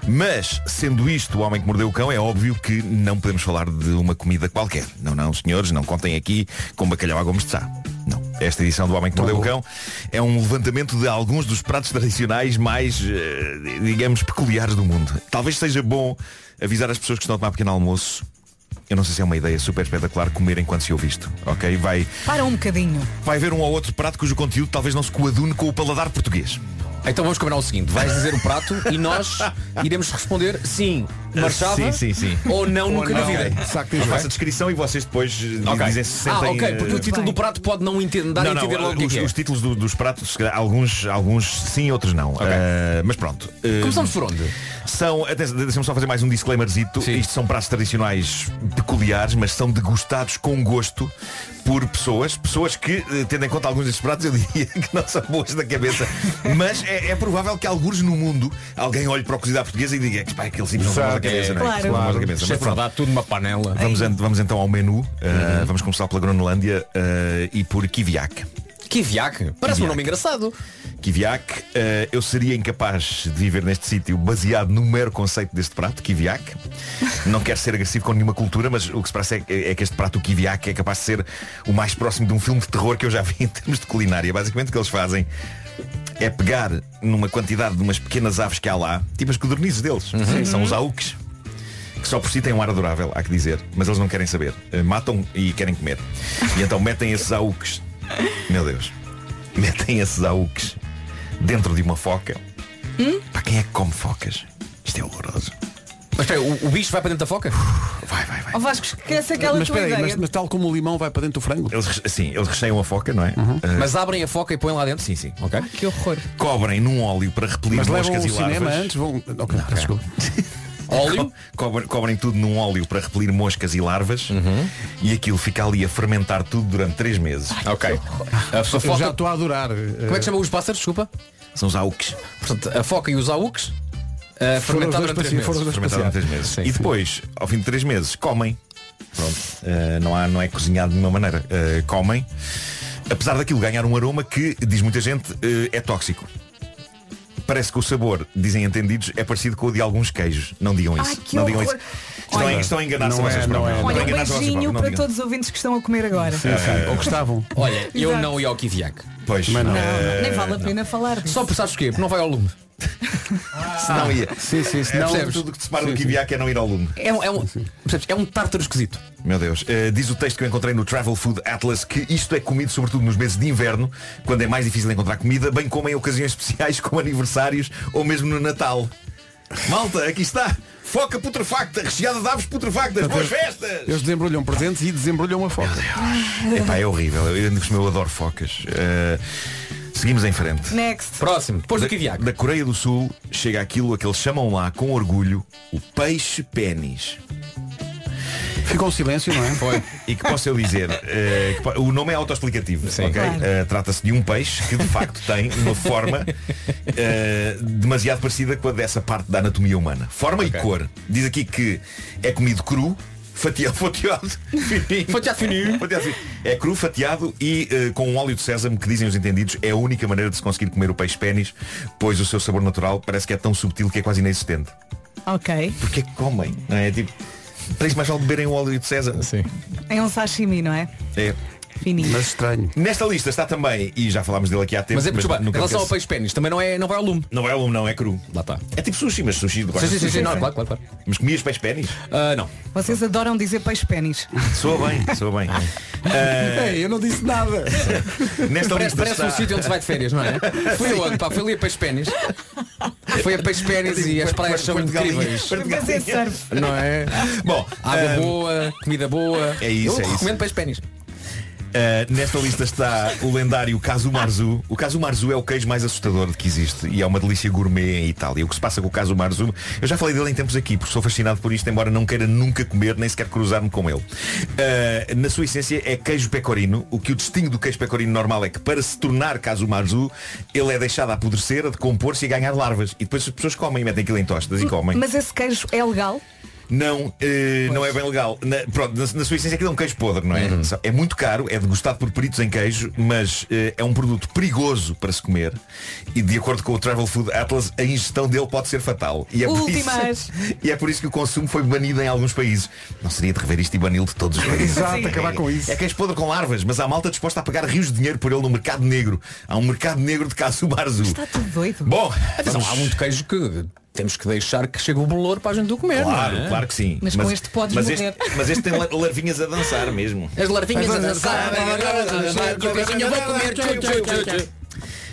Mas, sendo isto o Homem que Mordeu o Cão, é óbvio que não podemos falar de uma comida qualquer. Não, não, senhores, não contem aqui com bacalhau a gomes de sá. Não. Esta edição do Homem que Mordeu o Cão é um levantamento de alguns dos pratos tradicionais mais, eh, digamos, peculiares do mundo. Talvez seja bom avisar as pessoas que estão a tomar pequeno almoço. Eu não sei se é uma ideia super espetacular comer enquanto se ouve isto, ok? Vai,
Para um bocadinho.
vai haver um ou outro prato cujo conteúdo talvez não se coadune com o paladar português.
Então vamos combinar o seguinte, vais dizer o prato e nós iremos responder sim, marchava
Sim, sim, sim.
ou não nunca na vida.
Saco de
Eu
enjoo.
faço a descrição e vocês depois eh,
Ok.
dizem se sentem...
Ah, ok,
eh,
porque o título do prato pode não entender, dar a entender logo o que é
os,
que é.
os títulos do- dos pratos, alguns, alguns sim, outros não. Eh, mas pronto. Eh,
Começamos por onde?
São, atenção, deixa-me só fazer mais um disclaimerzito.
Sim.
Isto são pratos tradicionais peculiares, mas são degustados com gosto por pessoas, pessoas que, eh, tendo em conta alguns destes pratos, eu diria que não são boas da cabeça. mas é, é provável que alguns no mundo alguém olhe para a cozida portuguesa e diga que pá, aqueles simples não são bons da
Exato,
cabeça, não é?
claro.
Aqueles não são bons da cabeça. Mas
Chefe,
pronto.
dá tudo numa panela.
Vamos, an- vamos então ao menu.
Uhum.
Uh, Vamos começar pela Gronolândia uh, e por Kiviak.
Kiviak? Parece um nome engraçado.
Kiviak, uh, eu seria incapaz de viver neste sítio baseado no mero conceito deste prato, Kiviak. Não quero ser agressivo com nenhuma cultura, mas o que se parece é, é que este prato, o Kiviak, é capaz de ser o mais próximo de um filme de terror que eu já vi em termos de culinária. Basicamente o que eles fazem é pegar numa quantidade de umas pequenas aves que há lá, tipo as codornizes deles, são os auques. que só por si tem um ar adorável, há que dizer, mas eles não querem saber. Eh, Matam e querem comer. E então metem esses auques, meu Deus, metem esses auques dentro de uma foca.
Hum?
Para quem é que come focas? Isto é horroroso.
Mas espera, o, o bicho vai para dentro da foca?
Vai, vai, vai.
Ó Oh, Vasco, esquece aquela
Mas
tua
espera aí,
ideia.
mas, mas tal como o limão vai para dentro do frango.
Eles, re- sim, eles recheiam a foca, não é?
Uhum.
Eh,
Mas abrem a foca e põem lá dentro?
sim, sim.
Ok.
Que horror.
Cobrem num óleo para repelir
Mas levam
moscas
ao
e larvas.
cinema é? antes, vão. Ok, peço desculpa.
Óleo?
Co- cobrem, cobrem tudo num óleo para repelir moscas e larvas
Uhum.
e aquilo fica ali a fermentar tudo durante três meses.
Ok. A, a
Eu já
foca...
estou a adorar.
Como é que chamam os pássaros? Desculpa.
São os auques.
Portanto, a foca e os auques uh,
os
fermentaram
dois para
durante três
si,
meses.
foram os dois para
fermentado
passear.
em três meses.
Sim,
e
sim.
depois, ao fim de três meses, comem. Pronto. Uh, não, há, não é cozinhado de nenhuma maneira. Uh, comem. Apesar daquilo ganhar um aroma que, diz muita gente, uh, é tóxico. Parece que o sabor, dizem entendidos, é parecido com o de alguns queijos. Não digam isso.
Ai, que
não digam
horror.
isso. Estão, a-
Olha,
estão a enganar-se a vocês próprios. Estão a
Olha, um
enganar-se a vocês
beijinho
próprios. Não
para
digam.
todos os ouvintes que estão a comer agora.
Sim, sim. Ou gostavam.
Olha, eu
Exato.
não ia ao Kiviak.
Pois,
Mas não.
uh,
Nem vale a pena falar disso.
Só por sabes porquê? Porque não vai ao lume.
senão ia.
Sim, sim,
É,
senão.
percebes? tudo que te separa do Kibiak é não ir ao lume.
É um, é um, percebes? É um tártaro esquisito.
Meu Deus. Eh, diz o texto que eu encontrei no Travel Food Atlas que isto é comido sobretudo nos meses de inverno, quando é mais difícil encontrar comida, bem como em ocasiões especiais como aniversários ou mesmo no Natal. Malta, aqui está. Foca putrefacta, recheada de aves putrefactas. Boas festas!
Eles desembrulham presentes e desembrulham a foca.
Epá, é horrível. Eu, ainda por cima, eu adoro focas. Eh, seguimos em frente.
Next.
Próximo. Depois do Kiviak.
Da Coreia do Sul chega aquilo a que eles chamam lá com orgulho o peixe pênis.
Ficou um silêncio, não é?
Foi.
E que posso eu dizer, eh, que po- o nome é autoexplicativo, ok?
Claro.
Eh, Trata-se de um peixe que de facto tem uma forma eh, demasiado parecida com a dessa parte da anatomia humana. Forma e cor. Diz aqui que é comido cru, fatiado, fatiado, fininho.
Fatiado fininho.
Fatiado fininho. É cru, fatiado e eh, com um óleo de sésamo que dizem os entendidos é a única maneira de se conseguir comer o peixe pênis, pois o seu sabor natural parece que é tão subtil que é quase inexistente.
Ok.
Porque é que comem? Não é? É tipo, para isso mais vale beberem o óleo de sésamo.
É um sashimi, não é?
É.
Fininho.
Mas estranho.
Nesta lista está também, e já falámos dele aqui há tempo,
Mas é porque, desculpa, em
nunca
relação ao
esquece-
peixe pênis, também não, é, não vai ao lume.
Não é um, não, é cru.
Lá está.
É tipo sushi, mas sushi de
Sim, sim, sim, sim, não, claro, claro, claro.
Mas comias peixe pênis?
Ah, não.
Vocês adoram dizer peixe pênis.
Soa bem, soa bem.
Ei, eu Ah, não Então disse nada.
Nesta
Parece,
lista
parece
está...
um sítio onde se vai de férias, não é? Fui onde, pá, fui ali a peixe pênis. Foi a peixe pênis e as praias são
Porto de galinha,
incríveis.
Porto de
Mas é
galinha.
surf.
Não é?
Bom, um,
Água
ahm,
boa, comida boa.
É isso,
Eu
é isso.
recomendo peixe pênis.
Uh, nesta lista está o lendário Casu Marzu. O Casu Marzu é o queijo mais assustador de que existe e é uma delícia gourmet em Itália. O que se passa com o Casu Marzu, eu já falei dele em tempos aqui, porque sou fascinado por isto, embora não queira nunca comer, nem sequer cruzar-me com ele. Uh, na sua essência é queijo pecorino. O que o distingue do queijo pecorino normal é que para se tornar Casu Marzu, ele é deixado a apodrecer, a decompor-se e a ganhar larvas. E depois as pessoas comem e metem aquilo em tostas e comem.
Mas esse queijo é legal?
Não, eh, não é bem legal. Na, pronto, na, na sua essência aquilo é um queijo podre, não é?
Uhum.
Só- É muito caro, é degustado por peritos em queijo, mas eh, é um produto perigoso para se comer e de acordo com o Travel Food Atlas, a ingestão dele pode ser fatal. E é, por isso,
Últimas.
e é por isso que o consumo foi banido em alguns países. Não seria de rever isto e bani-lo de todos os países.
Exato, acabar com isso.
É queijo podre com larvas, mas há malta disposta a pagar rios de dinheiro por ele no mercado negro. Há um mercado negro de casu marzu.
Está tudo doido.
Bom,
Atenção, há
vamos-
muito queijo que temos que deixar que chegue o bolor para a gente do comer.
Claro,
não é?
claro que sim.
Mas com este podes
mas
morrer.
Este, mas este tem lar- larvinhas a dançar mesmo.
As larvinhas a dançar. E o peixinho, vou comer. tchu, tchu, tchu, tchu.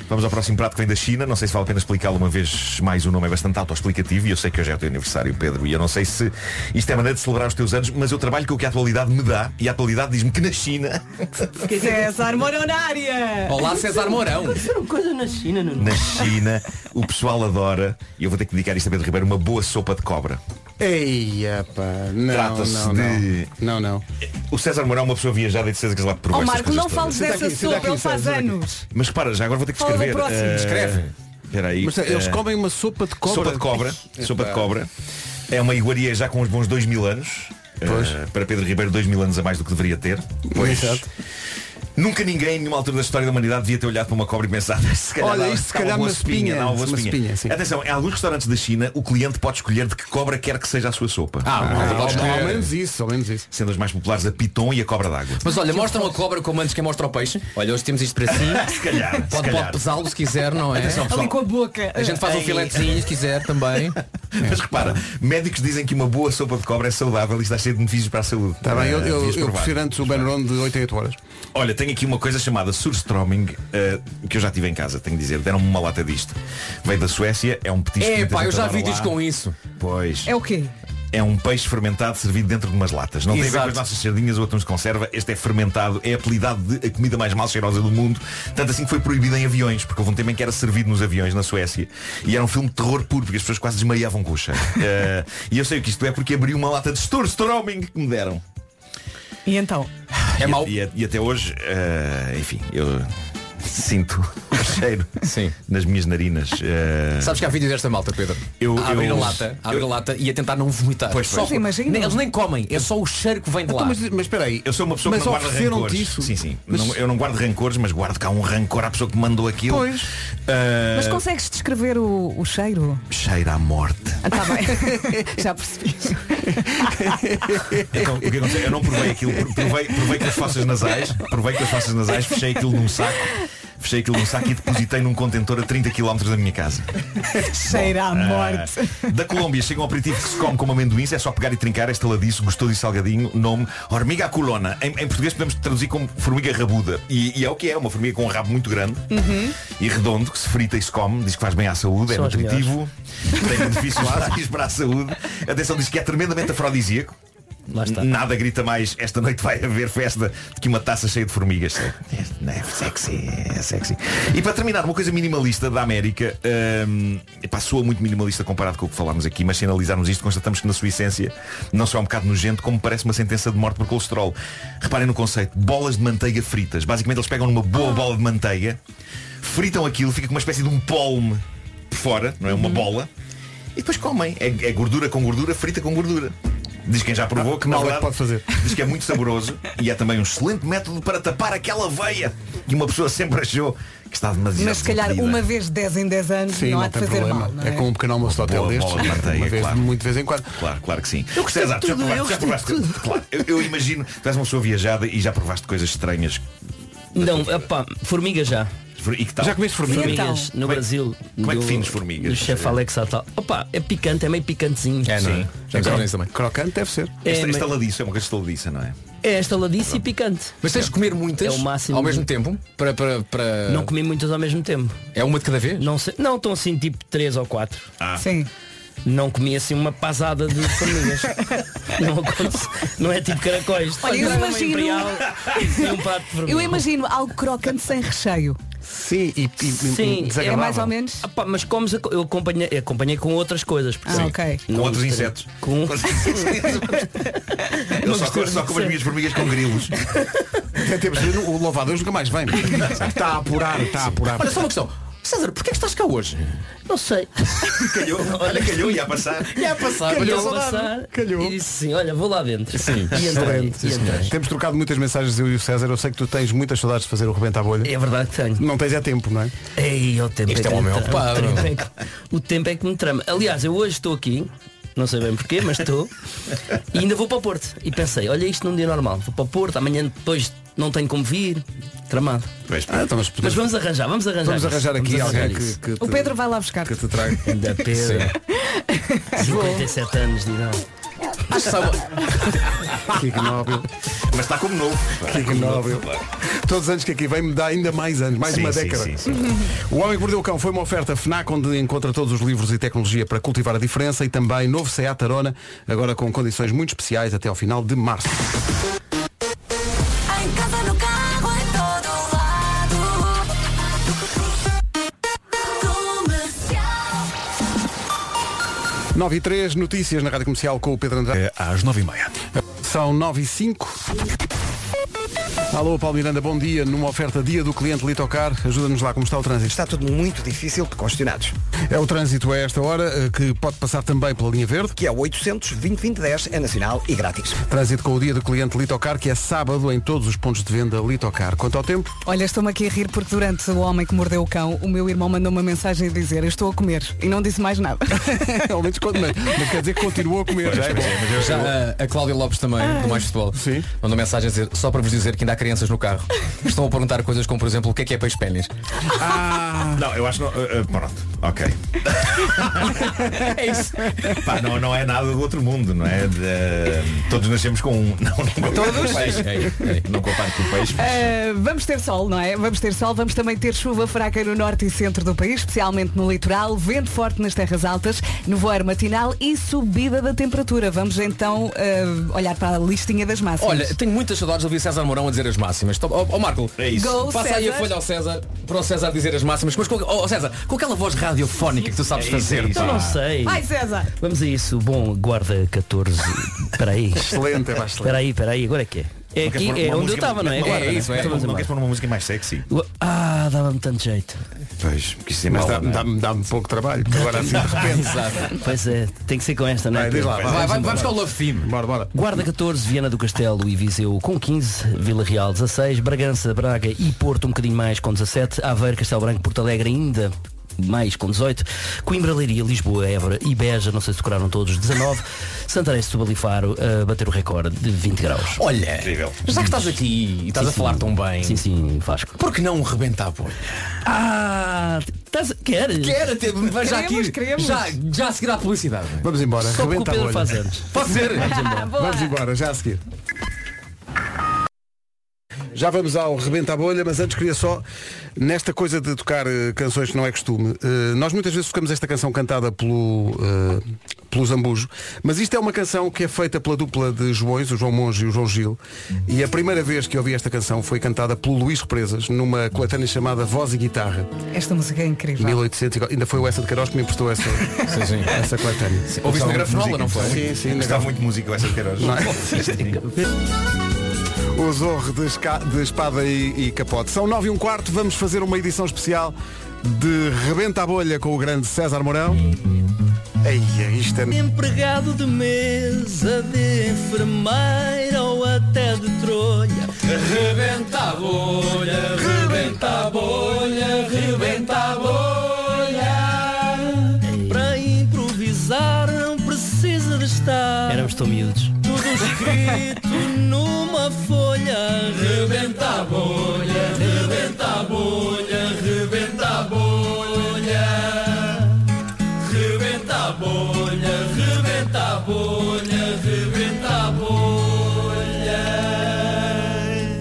Vamos ao próximo prato que vem da China. Não sei se vale a pena explicá-lo uma vez mais. O nome é bastante autoexplicativo e eu sei que hoje é o teu aniversário, Pedro. E eu não sei se isto é maneira de celebrar os teus anos, mas eu trabalho com o que a atualidade me dá e a atualidade diz-me que na China,
César Moronária!
Olá, César Mourão.
na China, o pessoal adora, e eu vou ter que dedicar isto a Pedro Ribeiro, uma boa sopa de cobra.
Eia, pá. Não,
Trata-se
não,
de-
Não, não. não.
O César Mourão é uma pessoa viajada e de certeza que ele lá provou
Ó
estas
Oh, Marco,
coisas
não
todas.
fales
Senta
dessa
aqui, senta
sopa,
aqui,
ele
César,
faz
senta aqui.
anos.
Mas para, já agora vou ter que
Fala do
escrever.
próximo.
eh,
Escreve.
Espera aí.
Mas eles
eh,
comem uma é sopa de cobra.
Sopa de cobra. Sopa de cobra. É uma iguaria já com uns bons dois mil anos.
Pois.
Eh, para Pedro Ribeiro, dois mil anos a mais do que deveria ter.
Pois. Exato.
Nunca ninguém, em nenhuma altura da história da humanidade, devia ter olhado para uma cobra e pensado. "Ah, Se calhar
Olha,
dá-
isto se
dá
calhar
uma
uma espinha,
dá uma
uma
espinha.
espinha, sim.
Atenção, em alguns restaurantes da China, o cliente pode escolher de que cobra quer que seja a sua sopa.
Ah,
Ao,
podes comer.
ao menos isso, ao menos isso.
Sendo as mais populares a piton e a cobra d'água.
Mas olha, mostra uma cobra como antes que é mostra ao peixe. Olha, hoje temos isto para si.
Se calhar, se
Pode, pode
calhar.
pesá-lo se quiser, não é?
Atenção, pessoal.
Ali com a boca.
A gente faz um
Ei.
filetezinho se quiser também.
Mas repara, médicos dizem que uma boa sopa de cobra é saudável e está cheia de benefícios para a saúde.
Está Tá bem, eu,
Eh,
eu,
devias
eu
provar.
prefiro antes o Ben Ron de 8 a 8 horas.
Olha, tenho aqui uma coisa chamada surströmming eh, que eu já tive em casa, tenho de dizer. Deram-me uma lata disto. Veio da Suécia, é um petisco.
É
que muita
pá, eu
gente
já
adora
vi vídeos
lá.
com isso.
Pois.
É o quê?
É um peixe fermentado servido dentro de umas latas. Não tem a ver
Exato.
com as nossas sardinhas ou atuns de conserva. Este é fermentado, é apelidado de a comida mais mal cheirosa do mundo. Tanto assim que foi proibido em aviões, porque houve um tempo em que era servido nos aviões na Suécia. E era um filme de terror puro, porque as pessoas quase desmaiavam com o cheiro. Eh, e eu sei o que isto é porque abri uma lata de Sturströmming que me deram.
E então?
É
E-
mau.
E, e até hoje, eh, enfim, eu sinto o cheiro
Sim.
nas minhas narinas. eh,
Sabes que há vídeos desta malta, Pedro?
Eu-
a abrir
eu-
a lata, a abrir
eu-
a lata e a tentar não vomitar.
Pois,
Só-
pois.
Imagina.
Nem- Eles nem comem, é só o cheiro que vem de lá.
Então, mas, mas espera aí.
eu sou uma pessoa
mas
que não guarda
ofereceram-te
rancores.
Isso?
Sim, sim.
Mas,
Não- eu não guardo rancores, mas guardo cá um rancor à pessoa que me mandou aquilo.
Pois.
Eh,
Mas consegues descrever o, o cheiro?
Cheira à morte.
Ah, tá bem. Já percebi.
Então, o que aconteceu? Eu não provei aquilo. Provei, provei com as fossas nasais. Provei com as fossas nasais. Fechei aquilo num saco. Fechei aquilo num saco e depositei num contentor a 30 km da minha casa.
Cheira à morte.
Ah, da Colômbia chega um aperitivo que se come como amendoins, é só pegar e trincar, esta ladiço, gostoso e salgadinho, nome Hormiga à Colona. Em, em português podemos traduzir como formiga rabuda. E, e é o que é, uma formiga com um rabo muito grande
Uhum.
e redondo, que se frita e se come, diz que faz bem à saúde, é nutritivo, tem benefícios vários para a saúde. Atenção, diz que é tremendamente afrodisíaco. Nada grita mais esta noite vai haver festa do que uma taça cheia de formigas. É, não é sexy, é sexy. E para terminar, uma coisa minimalista da América, hum, epá, soa muito minimalista comparado com o que falámos aqui, mas se analisarmos isto, constatamos que na sua essência não só é um bocado nojento, como parece uma sentença de morte por colesterol. Reparem no conceito, bolas de manteiga fritas. Basicamente eles pegam numa boa bola de manteiga, fritam aquilo, fica com uma espécie de um polme por fora, não é? Uma bola, e depois comem. É, é gordura com gordura, frita com gordura. Diz quem já provou que na
mal é que
verdade,
pode fazer.
Diz que é muito saboroso e é também um excelente método para tapar aquela veia que uma pessoa sempre achou que está demasiado.
Mas se calhar
metida.
uma vez 10 em 10 anos
Sim,
não,
não,
há de
tem
fazer
problema.
mal. Não é?
é? com um pequeno almoço de hotel
Boa
destes.
bola de manteiga,
uma vez,
claro.
muito de vez em quando.
Claro, claro que sim.
gostei de
já
tudo, eu
provaste, já
gostei de
provaste- Claro, eu, eu imagino, tu és uma pessoa viajada e já provaste coisas estranhas
Não, opa, formiga já.
E que tal? Já comeste formiga?
Formigas
Então?
no
Como é-
Brasil.
como é que
do-
defines formigas?
Do chefe Alex Atal. Opa, é picante, é meio picantezinho.
é?
Sim.
Crocante deve ser.
É,
Esta,
mas-
esta ladiça é uma coisa estaladiça, não é?
É estaladiça e picante.
Mas tens de comer muitas
É o máximo
ao mesmo
de-
tempo para, para, para...
Não comi muitas ao mesmo tempo.
É uma de cada vez?
Não sei. Não, estão assim tipo três ou quatro.
Sim.
Não comi assim uma pasada de formigas. não, acontece- não é tipo caracóis.
Olha, eu
Traga uma
imagino-
imperial e um prato de formigas.
Eu imagino algo crocante sem recheio.
Sim, e,
Sim,
É mais ou menos.
Ah, pá, mas comes a co- eu acompanhei, acompanhei com outras coisas. porque
Ah,
sim.
ok.
Com outros insetos.
Ah.
Com... um
Eu só, co- só como as minhas formigas com grilos.
Até temos de- o louvado Deus nunca mais vem. Está a apurar, está a apurar.
Olha só uma questão. César, porquê é que estás cá hoje?
Não sei.
Calhou, olha, calhou, ia a passar.
Ia passar.
Calhou,
olha,
passar, E disse assim, olha, vou lá dentro.
Sim,
e então, entrei,
Excelente, sim,
e
senhor.
entrei.
Temos trocado muitas mensagens eu e o César. Eu sei que tu tens muitas saudades de fazer o rebento à bolha.
É verdade que tenho.
Não tens é tempo, não é?
Ei, o tempo que
Este é um
me
homem
trama,
ocupado.
O tempo, é que, o tempo é que me trama. Aliás, eu hoje estou aqui, não sei bem porquê, mas estou. e ainda vou para o Porto. E pensei, olha isto num dia normal. Vou para o Porto, amanhã depois não tenho como vir. Tramado.
Mas,
Ah, então, mas
Mas
podemos-
vamos arranjar, vamos arranjar.
vamos
isso.
arranjar aqui
Vamos
alguém
arranjar
que,
isso.
que
O
te-
Pedro vai lá buscar.
que te traga.
Da Pedro. 57 anos de idade.
Mas sabe-
Que ignóbil.
mas está como novo.
Que ignóbil. Todos os anos que aqui vem me dá ainda mais anos, mais
Sim,
uma
sim,
década.
sim, sim.
O Homem que Mordeu o Cão foi uma oferta FNAC onde encontra todos os livros e tecnologia para cultivar a diferença e também novo Seat Arona, agora com condições muito especiais até ao final de março.
Em casa, no carro, em todo lado. Comercial.
9 e 3, notícias na Rádio Comercial com o Pedro Andrade.
É às 9h30.
São 9 e 5. Alô, Paulo Miranda, bom dia. Numa oferta Dia do Cliente Litocar, ajuda-nos lá como está o trânsito.
Está tudo muito difícil de congestionados.
É o trânsito a esta hora, eh, que pode passar também pela linha verde.
Que é o 800 2010 é nacional e grátis.
Trânsito com o dia do cliente Litocar, que é sábado em todos os pontos de venda Litocar. Quanto ao tempo,
Olha, estou-me aqui a rir porque durante o homem que mordeu o cão, o meu irmão mandou uma mensagem a dizer eu estou a comer e não disse mais nada.
é, ao menos quando mas, mas quer dizer que continuou a comer. já é bom.
Já a, a Cláudia Lopes também,
Ah.
do Mais Futebol,
Sim.
mandou mensagem a dizer, só para vos dizer que ainda há crianças no carro. Estão a perguntar coisas como, por exemplo, o que é que é peixe pênis?
Não, eu acho que não. ah, ah, pronto, ok.
É isso.
Pá, não, não é nada do outro mundo, não é? De- todos nascemos com um. Não, não Todos? Peixe. Ei, ei, não comparo com o peixe. mas-
Eh, vamos ter sol, não é? Vamos ter sol, vamos também ter chuva fraca no norte e centro do país, especialmente no litoral, vento forte nas terras altas, nevoeiro matinal e subida da temperatura. Vamos então eh, olhar para a listinha das máximas.
Olha, tenho muitas saudades de ouvir César Mourão a dizer as máximas. Então, Ó ó, Marco,
É isso.
Go,
passa aí a
César.
folha ao César, para o César dizer as máximas. Mas com, ó, César, com aquela voz radiofónica que tu sabes
É isso,
fazer.
é isso.
Eu não
Ah.
sei.
Ai, César!
Vamos a isso. Bom, guarda 14. Espera aí.
Excelente, é pá, excelente.
Espera aí, espera aí. Agora é que é? É
Não queres
aqui,
pôr
é
uma
onde eu
música-
estava, não é?
Não,
Guarda,
é isso,
Então
é.
Não,
vamos
não
embora.
queres pôr uma música mais sexy?
Ah, dava-me tanto jeito.
Pois, porque isso é
Mas
mal.
dá- dá-me dá-me pouco trabalho. Agora assim, de repente.
Exato.
Pois é, tem que ser com esta, não é?
Vai, diz lá,
Pedro?
vai.
Vai, vai, vai buscar o Love Theme.
Bora, bora.
Guarda 14, Viana do Castelo e Viseu com 15, Vila Real 16, Bragança, Braga e Porto um bocadinho mais com 17, Aveiro, Castelo Branco, Porto Alegre ainda mais com 18, Coimbra, Leiria, Lisboa, Évora e Beja, não sei se decoraram todos, 19, Santarém, Setúbal e Faro a bater o recorde de 20 graus.
Olha,
Incrível.
já que estás aqui e estás
Sim,
a falar
sim.
tão bem,
Sim, sim, Vasco.
por que não rebentar a bolha?
Ah, estás... queres?
Quero ter, vai já
Queremos,
aqui,
queremos.
já, já a seguir à publicidade.
Vamos embora.
Só porque o
Rebenta a
Pedro
bolha.
faz anos.
Pode ser.
Vamos embora, já a seguir. Já vamos ao Rebenta a Bolha, mas antes queria só, nesta coisa de tocar eh, canções que não é costume, eh, nós muitas vezes tocamos esta canção cantada pelo, eh, pelo Zambujo, mas isto é uma canção que é feita pela dupla de Joões, o João Monge e o João Gil, e a primeira vez que eu ouvi esta canção foi cantada pelo Luís Represas, numa coletânea chamada Voz e Guitarra,
Esta música é incrível.
1800, e qual- ainda foi o Essa de Queiroz que me emprestou essa,
Tá. Sim, sim.
essa coletânea. Então,
Ouviste na grafenola,
Música,
não foi?
Sim, sim, na
Gostava muito de música com essa que era hoje.
O Zorro de, esca- de espada e, e capote. São 9 e um quarto, vamos fazer uma edição especial de Rebenta a Bolha com o grande César Mourão. Eia, isto é...
Empregado de mesa, de enfermeira ou até de Troia.
Rebenta a bolha, rebenta a bolha, rebenta a bolha.
Para improvisar não precisa de estar. Éramos tão miúdos. Tudo escrito numa folha.
Rebenta a bolha,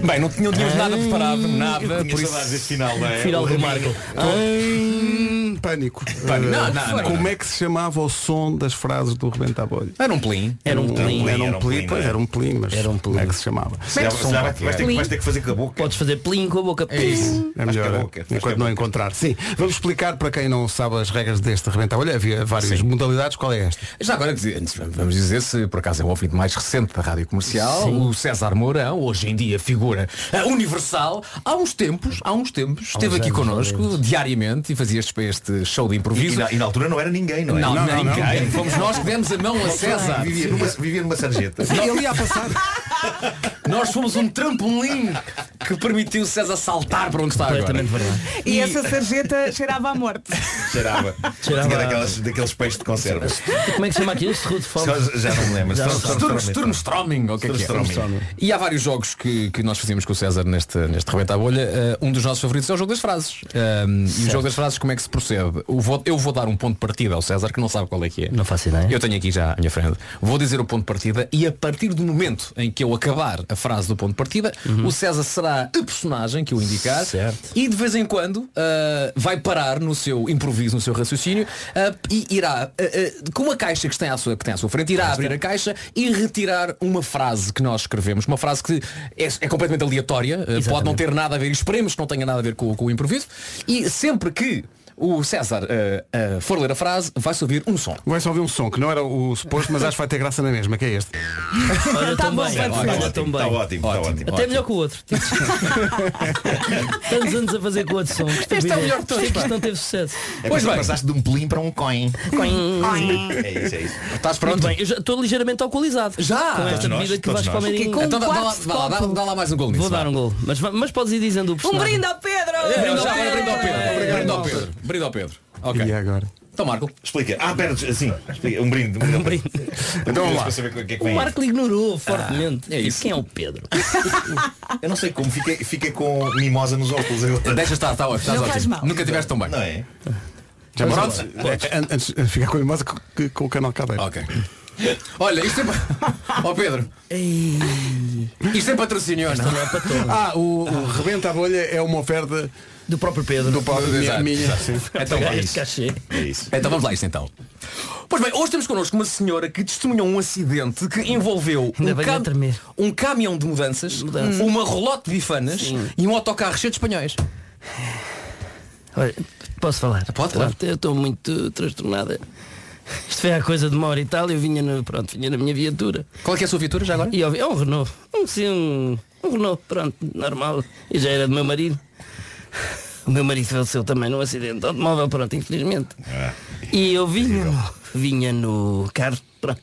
Bem, não, tinha- não tínhamos nada preparado, nada.
tinha saudades deste final, não é?
Final do
Marco.
Em
Pânico.
pânico. Eh,
Não, não, não,
Como
não.
é que se chamava o som das frases do Rebenta a Bolha?
Era um plim.
Era um
plim,
plim. Era
era
um
um
plim,
plim,
pois
não é?
era um plim, mas como é que se chamava?
Se calhar- se calhar vai- vais ter que- vais ter que fazer com a boca.
Podes fazer plim com a boca. Plim.
É melhor,
que é
é?
boca, acho que é
enquanto não encontrar. Sim, vamos explicar para quem não sabe as regras deste Rebenta a Bolha. Havia várias modalidades. Qual é esta?
Já agora dizer- antes, vamos dizer se por acaso é o ouvinte mais recente da rádio comercial,
Sim.
o César Mourão, hoje em dia figura eh, universal, há uns tempos, há uns tempos,
Há
esteve
uns
aqui
anos,
connosco diariamente e fazia este, este show de
E-
improviso.
e na- e na altura não era ninguém, não é?
Não,
Não,
não era
não,
ninguém.
não.
Fomos nós que demos a mão a César.
Vivia numa- vivia numa sarjeta.
Ele ia passar.
Nós fomos um trampolim que permitiu César saltar para onde está
Completamente
agora.
E, essa sarjeta cheirava à morte.
Cheirava.
Cheirava
Tinha
a-
daquelas, daqueles peixes de conserva.
Como é que se chama aquilo? Serrudo de fome.
Já- já não me lembro.
Já não sei.
Sturm-
Sturm- Storming, ou o que é que é?
Storming.
E há vários jogos que, que nós fazíamos com o César neste, neste Rebenta à Bolha. Eh, um dos nossos favoritos é o jogo das frases. Ehm, e o jogo das frases, como é que se procede? Eu vou, eu vou dar um ponto de partida ao César, que não sabe qual é que é.
Não faço ideia.
Eu tenho aqui já à minha frente. Vou dizer o ponto de partida e a partir do momento em que eu acabar a frase do ponto de partida,
Uhum.
o César será a personagem que eu indicar e de vez em quando ah, vai parar no seu improviso, no seu raciocínio ah, e irá, ah, ah, com uma caixa que tem, à sua, que tem à sua frente, irá abrir a caixa e retirar uma frase que nós escrevemos. Uma frase que é, é completamente aleatória, ah, pode não ter nada a ver, esperemos que não tenha nada a ver com, com o improviso e sempre que o César ah, ah, for ler a frase, vai-se ouvir um som.
Vai só ouvir um som que não era o suposto, mas acho que vai ter graça na mesma, que é este.
Tá
Tá
Olha tão bem.
Está ótimo,
Olha tão
está
bem.
ótimo, está ótimo.
Até melhor que o outro. Tantos anos a fazer com o outro som. que
Este é o
estupidez.
melhor de
Isto
todos,
é que
pá.
Isto não teve sucesso.
É
Pois
pois
bem.
passaste de um pelim para um coin.
Muito
É isso, é isso.
Estás pronto?
bem, eu já estou ligeiramente alcoolizado.
Já!
Com esta
Todos nós,
bebida que
todos
vais para o
nós.
Madeirinho.
Com
Então dá, dá, lá,
quatro de
dá, lá, dá,
copo.
dá lá mais um gol nisso.
Vou dar um gol. Mas, mas podes ir dizendo o
Um
personagem.
brinde ao Pedro!
É, um Brinde
Já,
ao Pedro. Brinde ao Pedro. Brinde ao Pedro.
E
Ok.
agora?
Então Marco.
Explica. Ah, pera, assim. Explica. Um brinde. Um brinde.
Então vamos lá.
Para saber o que é que
O
vem. Ah,
Marco ignorou fortemente.
é isso.
Quem é o Pedro?
Eu não sei como. Fiquei, fiquei com mimosa nos óculos agora.
Deixa estar, está ótimo. Estás
Não faz
ótimo.
mal.
Nunca tiveste tão bem.
Não é?
Já
Pronto?
mas agora, Eh, an- Antes de ficar com a mimosa, que- que- com o canal cá dentro.
Ok. Olha, isto é. pa- Ó Pedro. Isto é patrocínio, ou não?
Ah, o, o Rebenta a Bolha é uma oferta
Do próprio Pedro.
do Paulo minha.
Exato,
minha. Sim.
Então
É
vai.
este cachê.
É isso.
Então vamos lá a isto então. Pois bem, hoje temos connosco uma senhora que testemunhou um acidente que envolveu
Ainda
um,
bem a tremer.
um caminhão de mudanças, uma rolote de bifanas e um autocarro cheio de espanhóis.
Olha, posso falar?
Ah, Pode, claro.
Pronto, Eu estou muito transtornada. Isto foi a coisa de uma hora e tal, eu vinha, no, pronto, vinha na minha viatura.
Qual é, que é a sua viatura já agora?
E ouvi, é um Renault. Um, sim, um, um Renault, pronto, normal. E já era do meu marido. O meu marido faleceu também num acidente de automóvel, pronto, infelizmente.
Ah.
E eu vinha, no- vinha no carro, pronto.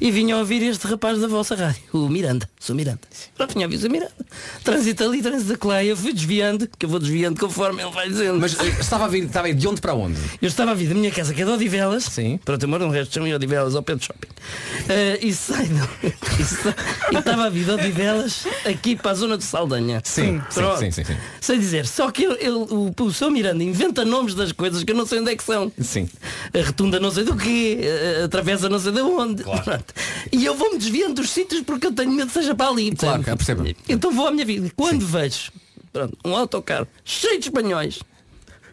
E vinha ouvir este rapaz da vossa rádio, o Miranda, o Sr. Miranda. Pronto, tinha ouvido o Sr. Miranda. Trânsito ali, trânsito lá, eu fui desviando, que eu vou desviando conforme ele vai dizendo.
Mas eh, estava a vir, estava a ir de onde para onde?
Eu estava a vir da minha casa, que é de Odivelas.
Sim.
Pronto, eu moro no resto de chão em Odivelas, ao pé do shopping. Eh, e saio do... e sa- e estava a vir de Odivelas aqui para a zona de Saldanha.
Sim, sim,
Pronto.
sim, sim, sim.
Sei dizer, só que ele- ele- o, o seu Miranda inventa nomes das coisas que eu não sei onde é que são.
Sim.
A retunda não sei do quê, a, a travessa não sei de onde. Pronto. E eu vou-me desviando dos sítios porque eu tenho medo que seja para ali.
Claro,
percebe?
percebo.
Então vou à minha vida. Quando vejo pronto, um autocarro cheio de espanhóis,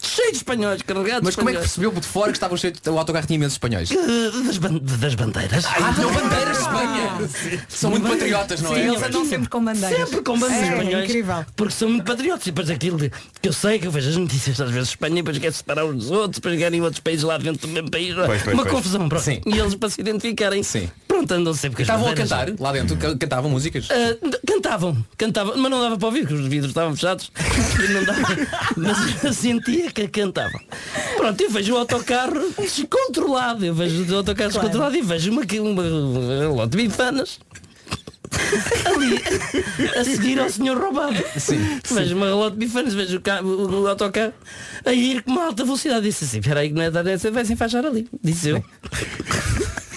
cheio de espanhóis, carregados
Mas
de
como é que
espanhóis,
percebeu de fora que estava cheio de, o autocarro tinha imensos espanhóis?
eh, das, ban- das bandeiras.
Ah, tinham bandeiras de Espanha! São muito patriotas, não
Ah, Sim,
é?
eles andam sempre com bandeiras.
Sempre com bandeiras
É,
espanhóis.
incrível.
Porque são muito patriotas. E depois aquilo de- que eu sei, que eu vejo as notícias às vezes de Espanha, e depois quer separar uns dos outros, depois querem outros países lá dentro do mesmo país.
Pois, pois,
uma
pois.
confusão, pronto.
Sim.
E eles para se identificarem.
Sim.
Pronto, andam sempre com as
Estavam a
bandeiras.
cantar lá dentro, ca- cantavam músicas.
Ah, d- cantavam, cantavam, mas não dava para ouvir, porque os vidros estavam fechados. E não dava, mas eu sentia que cantavam. Pronto, eu vejo o autocarro descontrolado, eu vejo o autocarro descontrolado e vejo uma, uma, uma, um lote de bifanas. Ali, a seguir ao senhor roubado.
Sim,
Vejo uma relógio de bifanas, vejo o, ca- o, o autocarro a ir com uma alta velocidade. Disse assim, espera aí que não é dar essa, vai se enfaixar ali. Disse eu.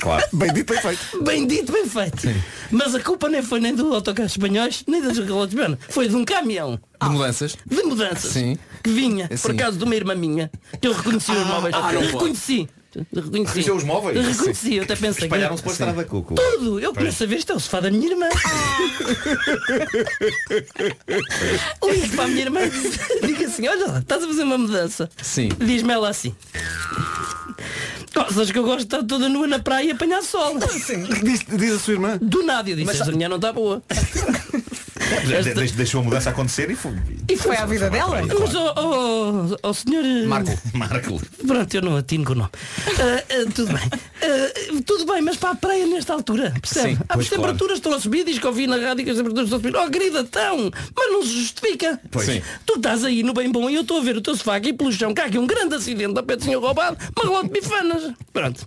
Claro.
Bem dito, bem feito.
Bem dito, bem feito. Mas a culpa nem foi nem do autocarro espanhóis, nem das relógios espanhóis. Foi de um caminhão
Ah.
De mudanças.
de mudanças
Sim.
que vinha,
Sim.
por acaso de uma irmã minha, que eu reconheci o irmão.
ah, não pode.
reconheci. Reconheci.
Reconheceu os móveis?
Reconheci, eu até pensei.
Espalharam-se pela estrada da Cuco.
Tudo! Eu
Pois.
queria saber este é o sofá da minha irmã. Ligo para a minha irmã e digo assim, olha lá, estás a fazer uma mudança.
Sim.
Diz-me ela assim. Sabes que eu gosto de estar toda nua na praia e apanhar sol.
Diz, diz a sua irmã?
Do nada, eu disse,
Mas-
esta mulher não está boa.
De- de- de- Deixou a mudança acontecer e foi.
E foi à vida dela?
Mas ao oh, oh, senhor. Marco.
Marco.
Pronto, eu não atino com o nome. Ah, ah, tudo bem. Ah, tudo bem, mas para a praia nesta altura, percebe?
Sim,
Ah,
pois,
as temperaturas estão a subir, diz que ouvi na rádio que as temperaturas estão a subir. Oh querida, estão! Mas não se justifica.
Pois. Sim.
Tu estás aí no bem bom e eu estou a ver o teu sofá aqui pelo chão, cá aqui um grande acidente ao pé do senhor roubado, uma rola de bifanas. Pronto.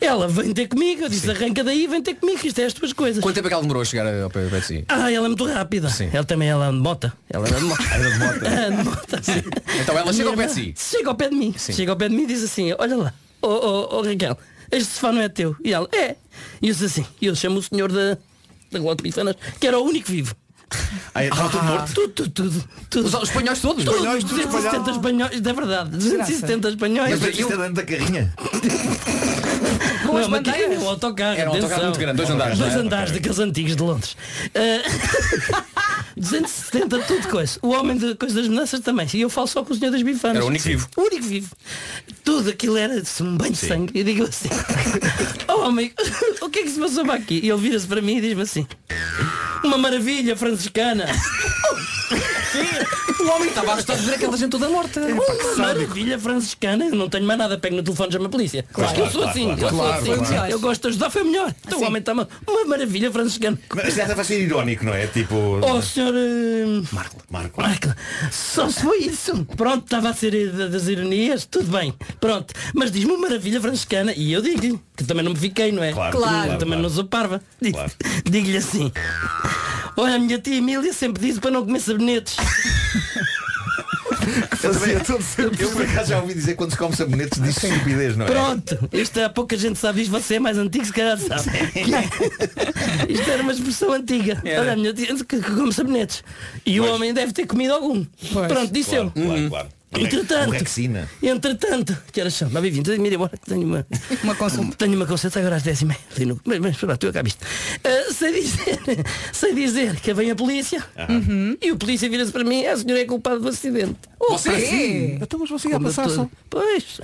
Ela vem ter comigo, eu disse arranca daí, vem ter comigo, que isto é as tuas coisas.
Quanto tempo é que ela demorou a chegar ao pé de si?
Ah, ela é muito rápida. Ela também ela anda de mota. Ela anda de mota. Ah, de mota, sim.
Então ela chega ao
Minha
pé de
irmã
si.
Chega ao pé de mim. Chega ao pé de mim e diz assim, olha lá, ô oh, Raquel, este sofá não é teu. E ela, é. E eu disse assim, e eu chamo o senhor da, da Globo de Bifanas, que era o único vivo.
Aí, estava tudo morto?
Tudo, tudo, tudo. tudo.
Os- os espanhóis todos?
Tudo,
Espanhóis, tudo
270
espalhado.
espanhóis, da verdade. 270 espanhóis.
Mas isto é dentro da carrinha?
Com
as
não, mas
bandeiras?
aquilo é um autocarro.
Era um autocarro
atenção.
muito grande, dois andares,
Dois
não é?
andares
Ok.
daqueles antigos de Londres. Ah, 270, tudo coisa. O homem de coisa das mudanças também. E eu falo só com o senhor das bifanas.
Era o único
Sim.
vivo.
O único vivo. Tudo aquilo era de um banho de
Sim.
sangue. Eu digo assim, oh homem, o que é que se passou para aqui? E ele vira-se para mim e diz-me assim, uma maravilha franciscana. O homem estava a gostar de ver aquela gente toda morta. Uma maravilha franciscana, eu não tenho mais nada, pego no telefone e chamo a polícia.
Claro,
Porque eu sou
claro,
assim,
claro,
eu sou
claro,
assim.
claro.
Eu gosto de ajudar, foi melhor. Então o homem está uma, uma maravilha franciscana.
Ah, Mas isto vai ser irónico, não é? Tipo.
Oh senhor Marco,
Marco.
Só se foi isso Pronto, estava a ser eh, da- das ironias Tudo bem, pronto Mas diz-me uma maravilha franciscana E eu digo-lhe Que também não me fiquei, não é?
Claro, Claro. claro,
Também
claro.
não sou parva Digo- Digo-lhe assim Olha, a minha tia Emília sempre disse para não comer sabonetes
Eu, também- eu por acaso já ouvi dizer que quando se come sabonetes diz estupidez, não é?
Pronto, isto há pouca gente sabe isto, você é mais antigo, se calhar sabe. isto era uma expressão antiga. Olha, a minha tia, que, que come sabonetes. E o homem deve ter comido algum. Pronto, disse
claro,
eu.
Claro, claro.
Entretanto,
Rexina.
entretanto, que horas são? 9 20 tenho embora, que tenho uma, uma consulta. Tenho uma consulta agora às 10 e meia. ali no- Mas, mas pronto, tu acabiste. Ah, sei dizer, sei dizer que vem a polícia e o polícia vira-se para mim, a senhora é culpada do acidente.
Você?
sim.
Então, mas você
ia
Como eu
passar
estou-
só.
Pois.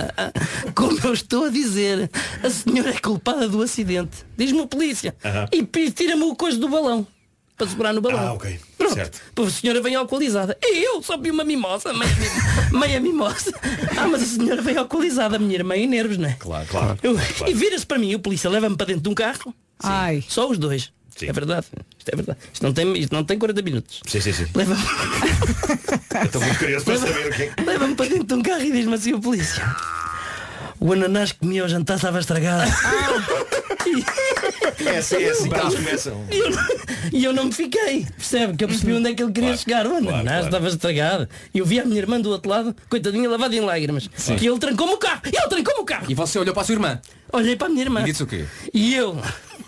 Como eu estou a dizer, a senhora é culpada do acidente. Diz-me o polícia.
Aham.
E pi- tira-me o coiso do balão. Para segurar no balão. Ah, ok. Pronto. Pô, A senhora vem alcoolizada. E eu só vi uma mimosa, meia, meia mimosa. Ah, mas a senhora vem alcoolizada, a minha irmã em nervos, não é?
Claro, claro.
Eu- E vira-se para mim, e o polícia leva-me para dentro de um carro. Ai. Só os dois. É verdade. Isto é verdade. Isto não tem, isto não tem 40 minutos.
Sim, sim, sim.
Leva-
Eu Estou muito curioso para saber o que é que.
Leva-me para dentro de um carro e diz-me assim o polícia. O ananás que comia ao jantar estava estragado.
Ah.
E-
É assim, é assim que eles
E eu-
começam.
E eu, não- e eu não me fiquei, percebe? Que eu percebi onde é que ele queria chegar. O ananás estava estragado. E eu vi a minha irmã do outro lado, coitadinha, lavada em lágrimas.
Sim.
E ele trancou-me o carro. Ele trancou-me o carro.
E você olhou para a sua irmã.
Olhei para a minha irmã.
E disse o quê?
E eu,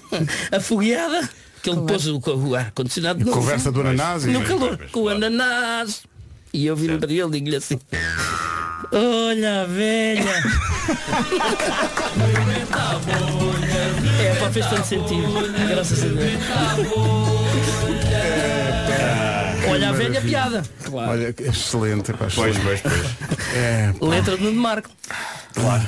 afogueada, que ele pôs o, o ar-condicionado no,
Conversa do ananás
assim,
e-
no
Pois,
calor, com o ananás. E eu viro para ele e digo-lhe assim, olha a velha. é, pá, fez tanto sentido. Graças a Deus. Olha a velha piada.
Olha, que excelente. Pá,
É, Pois, pois, pois.
É, pá,
Letra de Nuno Marco.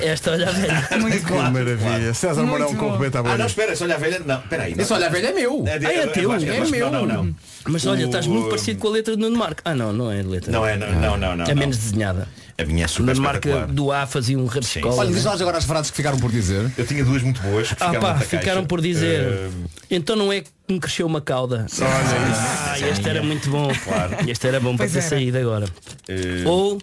Esta olha a velha.
que maravilha. César
Muito
Mourão com
bom.
o rebento à
Ah, não,
bolha.
espera, esse olha a velha. Não, espera aí. não.
Esse olha a velha é meu.
de-
Ah, é teu.
Vasco,
É
Vasco,
meu.
Não, não.
Mas olha, estás
O- um,
muito parecido com a letra do Nuno Marco. Ah não, não é a letra.
Não é, não, não, não, não,
É
não.
menos desenhada.
A minha é super
Nuno Marco
espetacular.
do A fazia um
Sim, sim.
rabiscola.
Olha, diz lá
agora as frases que ficaram por dizer.
Eu tinha duas muito boas que
Ah
ficaram
pá,
nesta
ficaram
caixa.
por dizer.
Eh,
Então não é que me cresceu uma cauda.
Olha
Ah,
isso.
este era muito bom.
Claro.
Este era bom para
Pois
ter
era.
saído agora.
Eh,
Ou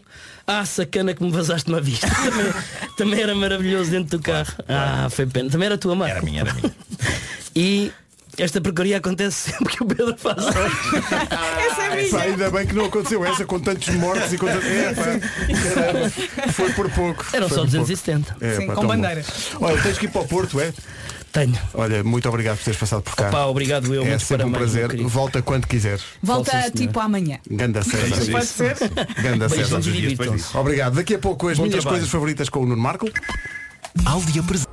ah, sacana que me vazaste uma vista. também, também era maravilhoso dentro do carro. Ah, foi pena. Também era tua, Marco. Era
minha, era minha.
E esta porcaria acontece sempre que o Pedro faz. Essa
é minha. ainda bem que não aconteceu essa com tantos mortos e com tantos... É, pá, caramba, foi por pouco.
Eram
um
foi
só
por
270.
pouco. É,
Sim,
pá,
com
tão bom.
bandeiras.
Olha, tens que ir para o Porto, é?
Tenho.
Olha, muito obrigado por teres passado por cá.
Opa, obrigado eu,
É
muitos
sempre um
parabéns, meu
prazer.
querido.
Volta quando quiseres.
Volta tipo amanhã.
Ganda César.
Isso pode ser.
Ganda
Beijos,
César.
divirtam-se.
Obrigado. Daqui a pouco as
Bom
minhas
trabalho.
coisas favoritas com o Nuno Marco. Aldi apresenta.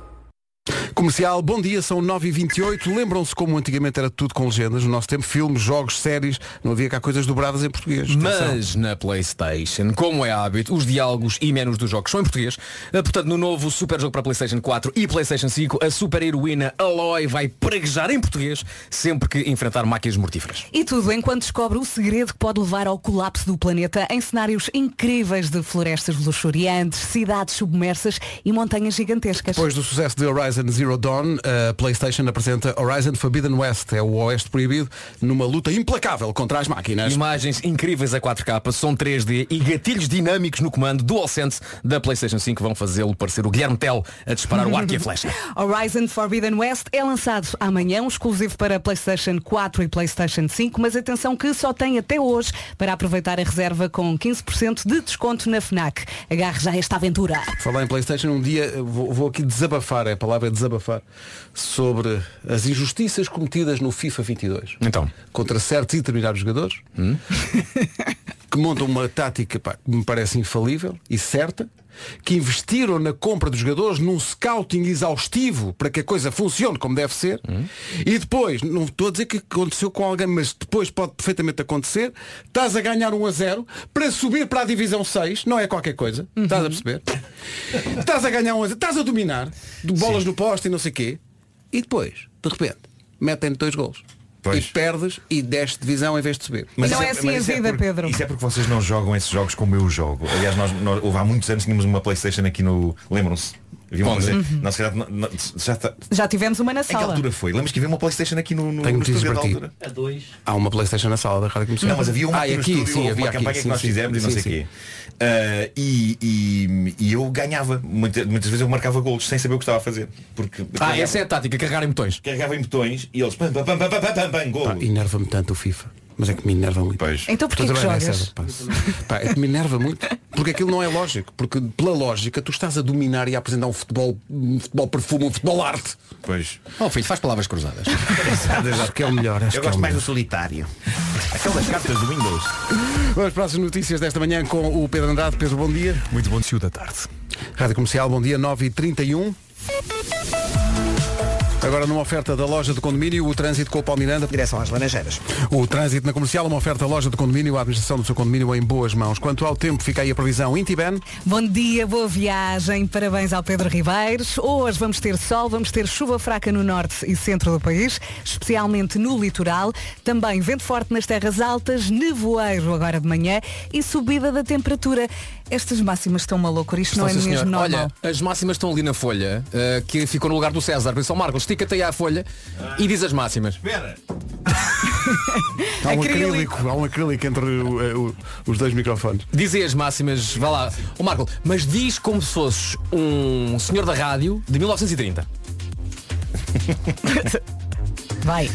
Comercial, bom dia, são 9h28. Lembram-se como antigamente era tudo com legendas? No nosso tempo, filmes, jogos, séries, não havia cá coisas dobradas em português. Atenção.
Mas na PlayStation, como é hábito, os diálogos e menus dos jogos são em português. Ah, Portanto, no novo super jogo para PlayStation 4 e PlayStation 5, a super heroína Aloy vai praguejar em português sempre que enfrentar máquinas mortíferas.
E tudo enquanto descobre o segredo que pode levar ao colapso do planeta em cenários incríveis de florestas luxuriantes, cidades submersas e montanhas gigantescas.
Depois do sucesso de Horizon Zero Dawn, a PlayStation apresenta Horizon Forbidden West, é o Oeste Proibido, numa luta implacável contra as máquinas.
Imagens incríveis a 4K, som 3D e gatilhos dinâmicos no comando DualSense da PlayStation 5 vão fazê-lo parecer o Guilherme Tell a disparar o arco e a flecha.
Horizon Forbidden West é lançado amanhã, um exclusivo para PlayStation 4 e PlayStation 5, mas atenção que só tem até hoje para aproveitar a reserva com 15% de desconto na FNAC. Agarre já esta aventura.
Falar em Playstation, um dia eh, vou, vou aqui desabafar, é a palavra é desabafar, sobre as injustiças cometidas no FIFA 22.
Então.
Contra certos e determinados jogadores, que montam uma tática pá, que me parece infalível e certa, que investiram na compra dos jogadores num scouting exaustivo para que a coisa funcione como deve ser e depois, não estou a dizer que aconteceu com alguém, mas depois pode perfeitamente acontecer, estás a ganhar 1 a 0 para subir para a divisão 6, não é qualquer coisa, estás a perceber? estás a ganhar 1 a 0, estás a dominar, de bolas no poste e não sei quê, e depois, de repente, metem dois golos. E perdes e desce divisão em vez de subir.
Mas Não isso é é- assim mas a isso é vida, porque-
Pedro.
Isso é porque vocês não jogam esses jogos como eu jogo. Aliás, nós, nós- houve há muitos anos tínhamos uma Playstation aqui no. Lembram-se? Havia uma
Onde?
Playstation-
Uhum.
Na sociedade. na- na- já está-
Já tivemos uma na
Em que
sala.
altura foi? Lembras que havia uma Playstation aqui no, no
Tenho
no
notícias
estúdio
para
da
ti.
altura?
A dois.
Há uma Playstation na sala da Rádio Comercial.
Não, mas havia uma
Ah,
aqui,
e
no
aqui,
estúdio,
sim,
houve
havia
uma
aqui,
campanha que
sim,
nós
sim.
fizemos e não
Sim,
sei o
sim.
quê. Ah, e, e- e eu ganhava. Muitas, muitas vezes eu marcava golos sem saber o que estava a fazer. Porque
Ah, essa é a tática, carregar em botões.
Carregava em botões e eles pam, pam, pam, pam, pam, pam, pam, golo.
Pá, Enerva-me tanto o FIFA. Mas é que me enerva muito.
Então porquê
Mas
que
agora é
jogas?
sério, pá. Pá, é que me enerva muito. Porque aquilo não é lógico. Porque pela lógica tu estás a dominar e a apresentar um futebol, um futebol perfume, um futebol arte.
Pois.
Oh filho, faz palavras cruzadas.
acho que é o melhor. Acho
Eu
que é
gosto
o
mais
melhor.
do solitário. Aquelas cartas do Windows.
Vamos para as notícias desta manhã com o Pedro Andrade. Pedro, bom dia.
Muito bom dia da tarde.
Rádio Comercial, bom dia, 9h31. Agora numa oferta da loja de condomínio, o trânsito com o Paulo Miranda.
Direção às Laranjeiras.
O trânsito na comercial, uma oferta da loja de condomínio, a administração do seu condomínio em boas mãos. Quanto ao tempo, fica aí a previsão Intiben.
Bom dia, boa viagem, parabéns ao Pedro Ribeiros. Hoje vamos ter sol, vamos ter chuva fraca no norte e centro do país, especialmente no litoral. Também vento forte nas terras altas, nevoeiro agora de manhã e subida da temperatura. Estas máximas estão uma loucura, isto não é
Nossa
mesmo
Senhora,
normal.
Olha, as máximas estão ali na folha, eh, que ficou no lugar do César. Por isso, São Marcos, estica-te aí à folha e diz as máximas.
Espera.
Há um
tá Acrílico.
acrílico, há um acrílico entre o- o- os dois microfones.
Dizem as máximas, vá lá. Ô Marco, mas diz como se fosses um senhor da rádio de 1930.
Vai.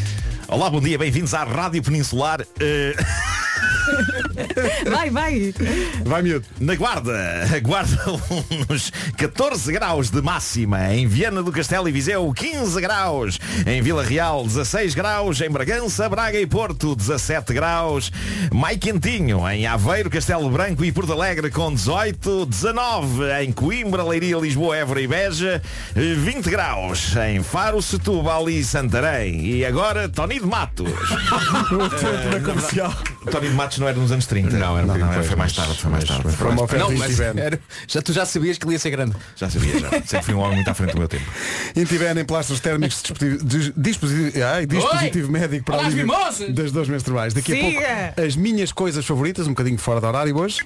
Olá, bom dia, bem-vindos à Rádio Peninsular. eh,
Vai, vai.
Vai, miúdo.
Na Guarda, aguardam uns 14 graus de máxima. Em Viana do Castelo e Viseu, 15 graus. Em Vila Real, 16 graus. Em Bragança, Braga e Porto, 17 graus. Mais quentinho, em Aveiro, Castelo Branco e Porto Alegre, com 18. 19 em Coimbra, Leiria, Lisboa, Évora e Beja, 20 graus. Em Faro, Setúbal e Santarém. E agora, Tony de Matos. Eh,
comercial.
Tony de Matos não era nos anos 30. Não, era, foi mais tarde. Foi mais tarde. Foi mais tarde.
Não, mas era- já, tu já sabias que ele ia ser grande.
Já sabia, já. Sempre fui um homem muito à frente do meu tempo.
Intiben em plastros térmicos, dispositivo, dis- dispositivo, ai, dispositivo médico para
Olá, as
alívio
mimosas!
das dores menstruais. Daqui a
Siga!
pouco, as minhas coisas favoritas, um bocadinho fora do horário hoje.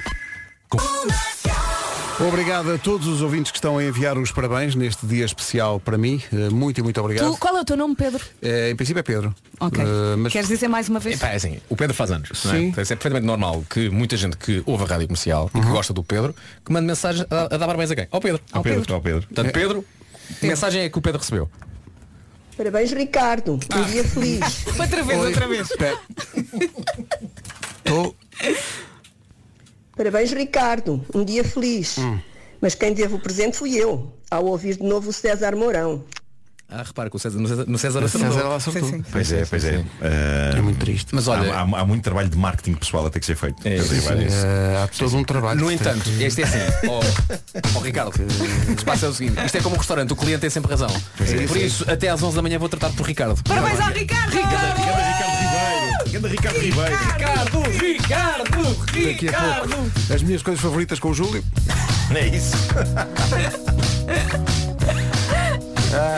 Obrigado a todos os ouvintes que estão a enviar os parabéns neste dia especial para mim. Eh, Muito e muito obrigado.
Tu, qual é o teu nome, Pedro?
Eh, em princípio é Pedro.
Ok.
Eh, mas-
Queres dizer mais uma vez?
Uh, Epá, é assim, o Pedro faz anos. não é?
Sim.
Então, Isso é perfeitamente normal que muita gente que ouve a rádio comercial e que gosta do Pedro que manda mensagem a, a dar parabéns a quem? Uhum. Ao Pedro.
Ao Pedro, Pedro. ao Pedro.
Portanto, Pedro, que mensagem é que o Pedro recebeu?
Parabéns, Ricardo.
Ah.
Um dia feliz.
outra vez, outra vez.
Tô-
Parabéns, Ricardo. Um dia
Hum.
feliz. Mas quem teve o presente fui eu, ao ouvir de novo o César Mourão.
Ah, repara que o César, no César, no César, acertou. Ah, Sim, sim.
Pois é, pois é. é muito triste.
Mas olha-
há, há- há muito trabalho de marketing pessoal a ter que ser feito. Pedro
sim,
Ribeiro. é
sim.
Eh, há todo um trabalho.
No entanto, este é assim. Ó oh, Ricardo, o que se passa é o seguinte, isto é como um restaurante, o cliente tem sempre razão.
Pois é,
Por
sim.
isso, até às 11 da manhã vou tratar por Ricardo.
Parabéns ao Ricardo!
Ricardo Ricardo Ribeiro!
Ricardo Ricardo!
é Daqui a pouco. As minhas coisas favoritas com o Júlio.
É isso.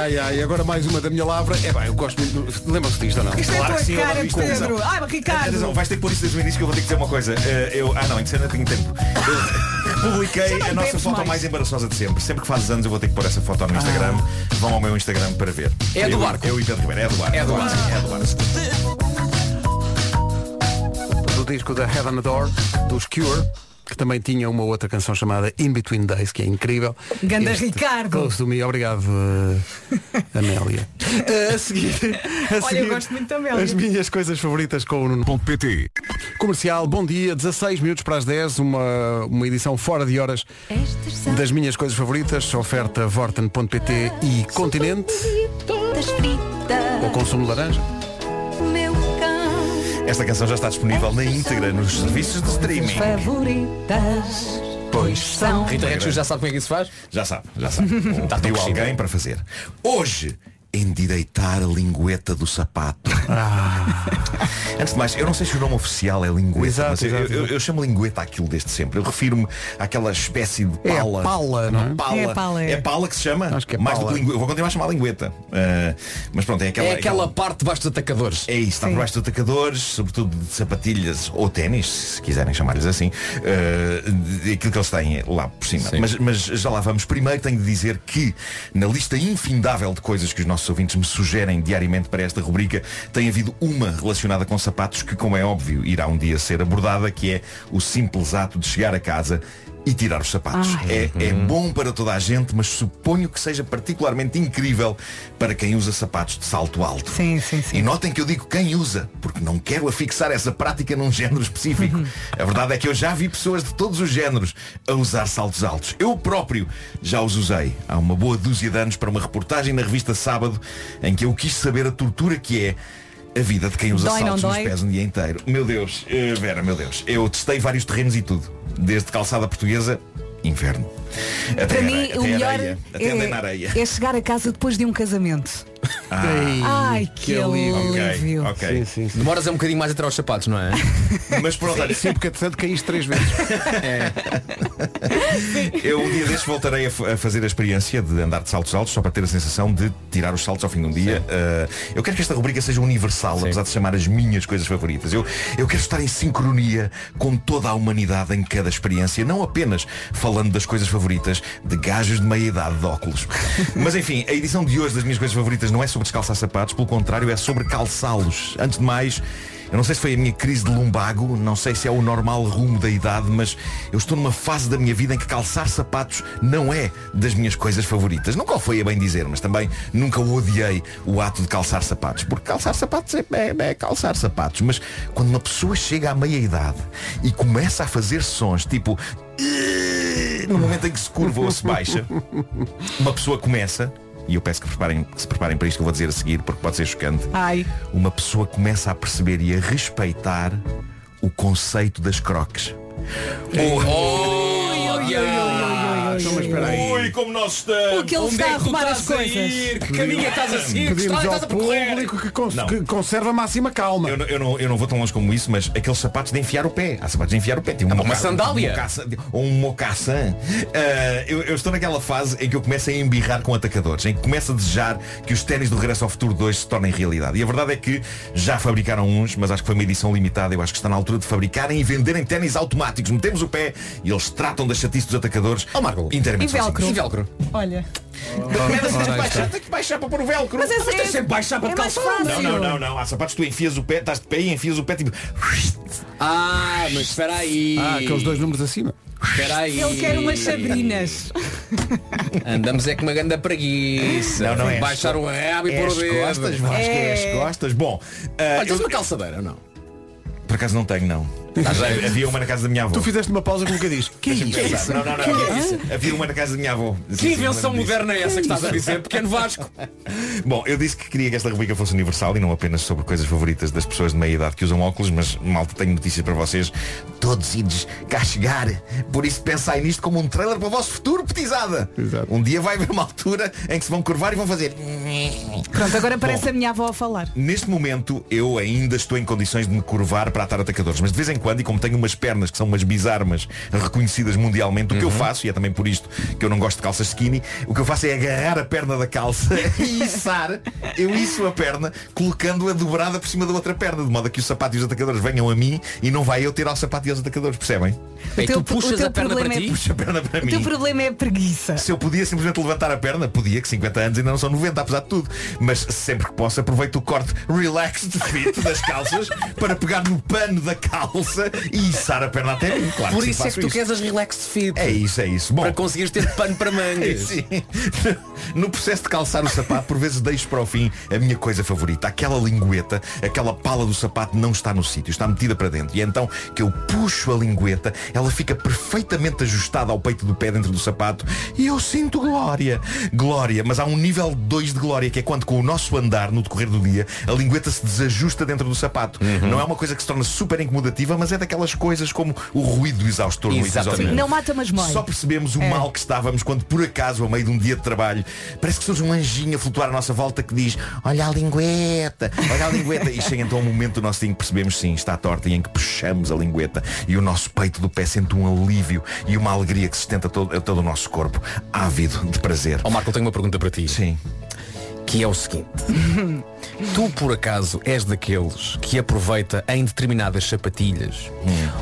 Ai, ai, agora mais uma da minha lavra. É bem, eu gosto muito. Lembram-se disto ou não?
Isto é a
Claro
tua
que sim, eu
cara,
adoro isto.
Pedro.
Atenção.
Ai, mas Ricardo.
Atenção, vais ter que pôr isso desde o início que eu vou ter que dizer uma coisa. Eh, eu, ah não, em que não tenho tempo. Eu publiquei
não
a nossa
bebes
foto
mais.
mais embaraçosa de sempre. Sempre que fazes anos eu vou ter que pôr essa foto no Instagram. Vão ao meu Instagram para ver.
É do
Eu-
barco.
Eu e Pedro Ribeiro. É do barco.
É do
sim, É do barco.
do disco da Head on the Door, dos Cure, que também tinha uma outra canção chamada In Between Days, que é incrível.
Ganda
Este
Ricardo.
Close to me, obrigado, eh, Amélia. a seguir, a
Olha, eu
seguir,
gosto muito da Amélia.
As minhas coisas favoritas com o Nuno.pt. Comercial, bom dia, 16 minutos para as 10, uma, uma edição fora de horas das minhas coisas favoritas, oferta Vorten.pt e Continente,
Das
ou
fritas,
consumo de laranja.
meu cão.
Esta canção já está disponível na íntegra nos serviços de streaming.
Favoritas. Pois são.
Rita Rex já sabe como é que isso faz?
Já sabe, já sabe. Está Pediu
crescido.
alguém para fazer. Hoje, endireitar a lingueta do sapato. Antes de mais, eu não sei se o nome oficial é lingueta,
Ah. Exato,
mas eu-
exato,
eu,
exato.
eu chamo lingueta aquilo desde sempre. Eu refiro-me àquela espécie de
É a
pala.
pala, não é?
Uma pala.
É a pala, é.
pala que se chama?
Acho que é
Mais
pala.
do que lingueta. Eu vou continuar a chamar lingueta. Ah, mas pronto, é aquela.
é aquela parte debaixo dos atacadores.
É isso, está por baixo de atacadores, sobretudo de sapatilhas ou ténis, se quiserem chamar-lhes assim, eh, de- aquilo que eles têm lá por cima. Mas, mas já lá vamos. Primeiro tenho de dizer que na lista infindável de coisas que os nossos ouvintes me sugerem diariamente para esta rubrica, tem havido uma relacionada com sapatos que, como é óbvio, irá um dia ser abordada, que é o simples ato de chegar a casa e tirar os sapatos.
Ai.
É, é bom para toda a gente, mas suponho que seja particularmente incrível para quem usa sapatos de salto alto.
Sim, sim, sim.
E notem que eu digo quem usa, porque não quero afixar essa prática num género específico.
Uhum.
A verdade é que eu já vi pessoas de todos os géneros a usar saltos altos. Eu próprio já os usei há uma boa dúzia de anos para uma reportagem na revista Sábado em que eu quis saber a tortura que é a vida de quem usa
Dói, não
saltos nos
dói?
pés um dia inteiro. Meu Deus, eh, Vera, meu Deus. Eu testei vários terrenos e tudo. Desde calçada portuguesa, inferno. Até
Para
are-
mim,
até
o melhor
areia. Até andei na areia.
é, é chegar a casa depois de um casamento.
Ah,
Ai, que, alívio.
ok, ok.
Sim, sim, sim.
Demoras é um bocadinho mais a tirar os sapatos, não é?
Mas pronto, olha,
Sim, porque entretanto caíste três vezes.
Eu um dia destes voltarei a, f- a fazer a experiência de andar de saltos altos só para ter a sensação de tirar os saltos ao fim de um dia. Uh, eu quero que esta rubrica seja universal, apesar de se chamar as minhas coisas favoritas. Eu, eu quero estar em sincronia com toda a humanidade em cada experiência, não apenas falando das coisas favoritas de gajos de meia idade de óculos. Mas enfim, a edição de hoje das minhas coisas favoritas não é sobre descalçar sapatos, pelo contrário, é sobre calçá-los. Antes de mais, eu não sei se foi a minha crise de lumbago, não sei se é o normal rumo da idade, mas eu estou numa fase da minha vida em que calçar sapatos não é das minhas coisas favoritas. Nunca o foi a bem dizer, mas também nunca odiei o ato de calçar sapatos. Porque calçar sapatos é, é- é calçar sapatos. Mas quando uma pessoa chega à meia idade e começa a fazer sons tipo. No momento em que se curva ou se baixa, uma pessoa começa, e eu peço que, preparem, que se preparem para isto que eu vou dizer a seguir, porque pode ser chocante
Ai,
uma pessoa começa a perceber e a respeitar o conceito das croques. Oh,
Então, mas espera aí.
Ui, como nós estamos!
o que ele
Um
Ah, um está a arrumar as coisas.
Que caminho é que estás a seguir? Que
Pedimos
estrada
ao
estás a percorrer?
público que, cons-
Não.
que conserve a máxima calma.
Eu, não- eu não, eu não vou tão longe como isso, mas aqueles sapatos de enfiar o pé. Há sapatos de enfiar o pé. Tem um
Ah, uma
moca-
sandália.
um mocassin- Ou um mocassin. Ah, eu, eu estou naquela fase em que eu começo a embirrar com atacadores, em que começo a desejar que os ténis do Regresso ao Futuro 2 se tornem realidade. E a verdade é que já fabricaram uns, mas acho que foi uma edição limitada. Eu acho que está na altura de fabricarem e venderem ténis automáticos. Metemos o pé e eles tratam da chatice dos atacadores.
Ó, Oh, Marco.
Interamente
Então, E velcro.
E velcro.
Olha.
É Tem que baixar para pôr o velcro.
Mas é sério.
Tem sempre baixar para
É mais
calçar.
fácil.
Não, não, não, não. Há sapatos que tu enfias o pé, estás de pé e enfias o pé tipo.
Ah, mas espera aí.
Ah, aqueles dois números acima.
Espera aí.
Ele quer umas sabrinas.
Andamos é com uma ganda preguiça.
Não, não é.
Baixar o rabo e
É
pôr o
as
dedo.
costas, Vasco, é.
É.
as costas. Bom, ah,
Olha, tens
eu-
uma calçadeira ou não?
por acaso não tenho, não. Havia- Havia uma na casa da minha avó.
Tu fizeste uma pausa com o que diz. Que é
Deixa-me
isso?
pensar. Não, não, não.
Que
havia,
é isso?
isso. Havia uma na casa da minha avó.
Que invenção moderna é essa que estás a dizer,
pequeno Vasco? Bom, eu disse que queria que esta rubrica fosse universal e não apenas sobre coisas favoritas das pessoas de meia idade que usam óculos, mas malta, tenho notícias para vocês. Todos ides cá chegar. Por isso pensai nisto como um trailer para o vosso futuro, petizada. Um dia vai haver uma altura em que se vão curvar e vão fazer.
Pronto, agora parece
Bom.
a minha avó a falar.
Neste momento eu ainda estou em condições de me curvar para atar atacadores, mas de vez em quando, e como tenho umas pernas que são umas bizarmas reconhecidas mundialmente, o que eu faço, e é também por isto que eu não gosto de calças skinny, o que eu faço é agarrar a perna da calça e içar, eu isso a perna, colocando-a dobrada por cima da outra perna, de modo a que os sapatos e os atacadores venham a mim e não vai eu tirar o sapato e os atacadores, percebem?
O É, tu teu- puxas o teu a perna para problema é- ti?
Puxo a perna para
O
mim.
teu problema é a preguiça.
Se eu podia simplesmente levantar a perna, podia, que 50 anos ainda não são 90, apesar de tudo. Mas sempre que posso, aproveito o corte relaxed fit das calças para pegar no pano da calça e içar a perna até mim. Claro
Por
sim,
isso é
faço
que tu queres as relax fit.
É isso, é isso. Bom,
Para conseguires ter pano para mangas.
Sim. No processo de calçar o sapato, por vezes deixo para o fim a minha coisa favorita. Aquela lingueta, aquela pala do sapato não está no sítio, está metida para dentro. E é então que eu puxo a lingueta, ela fica perfeitamente ajustada ao peito do pé dentro do sapato e eu sinto glória. Glória, mas há um nível 2 de glória, que é quando com o nosso andar no decorrer do dia, a lingueta se desajusta dentro do sapato. Não é uma coisa que se torna super incomodativa, mas é daquelas coisas como o ruído exaustor no
Exatamente.
episódio.
Não mata, mas mói.
Só percebemos o
É.
mal que estávamos quando por acaso, a meio de um dia de trabalho, parece que surge um anjinho a flutuar à nossa volta que diz olha a lingueta, olha a lingueta. e chega então um momento do nosso dia em que percebemos sim, está torta e em que puxamos a lingueta e o nosso peito do pé sente um alívio e uma alegria que sustenta todo, todo o nosso corpo, ávido de prazer.
Ó Marco, tenho uma pergunta para ti.
Sim.
Que é o seguinte. tu por acaso és daqueles que aproveita em determinadas sapatilhas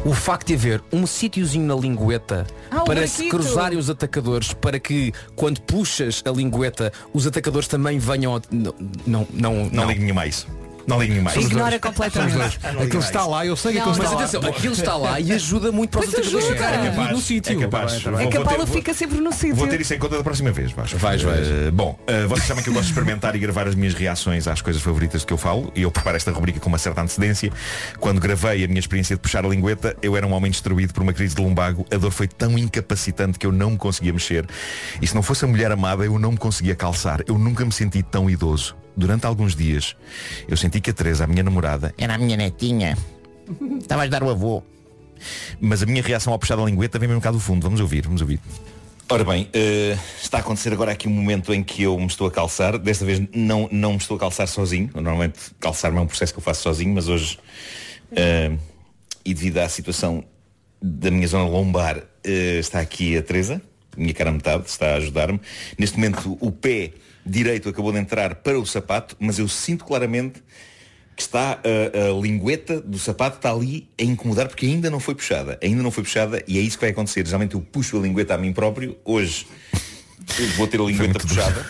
o facto de haver um sítiozinho na lingueta
Ah, o
para se
buraquito.
cruzarem os atacadores para que quando puxas a lingueta os atacadores também venham ao... não, não, não,
Não liguem mais. Não liguem mais.
Ignora
completamente. Aquilo está lá, eu sei que
Não,
aquilo
mas
está lá.
atenção, aquilo está lá e ajuda muito para os
Pois
atacadores
ajuda.
ficarem
É capaz,
no sítio.
É capaz.
Tá bem, tá bem.
É que a Paula
vou-
fica sempre no sítio.
Vou ter isso em conta da próxima vez, Vasco.
Vais, vais.
Eh, bom, eh, vocês sabem que eu gosto de experimentar e gravar as minhas reações às coisas favoritas que eu falo e eu preparo esta rubrica com uma certa antecedência. Quando gravei a minha experiência de puxar a lingueta, eu era um homem destruído por uma crise de lumbago. A dor foi tão incapacitante que eu não me conseguia mexer. E se não fosse a mulher amada, eu não me conseguia calçar. Eu nunca me senti tão idoso. Durante alguns dias, eu senti que a Teresa, a minha namorada, era a minha netinha. Estava a dar o avô. Mas a minha reação ao puxar da lingueta vem mesmo cá do fundo. Vamos ouvir, vamos ouvir. Ora bem, eh, está a acontecer agora aqui um momento em que eu me estou a calçar. Desta vez não, não me estou a calçar sozinho. Normalmente calçar-me é um processo que eu faço sozinho, mas hoje, eh, e devido à situação da minha zona lombar, eh, está aqui a Teresa, minha cara metade, está a ajudar-me. Neste momento o pé direito acabou de entrar para o sapato, mas eu sinto claramente que está eh, a, a lingueta do sapato está ali a incomodar porque ainda não foi puxada. Ainda não foi puxada e é isso que vai acontecer. Geralmente eu puxo a lingueta a mim próprio. Hoje eu vou ter a lingueta puxada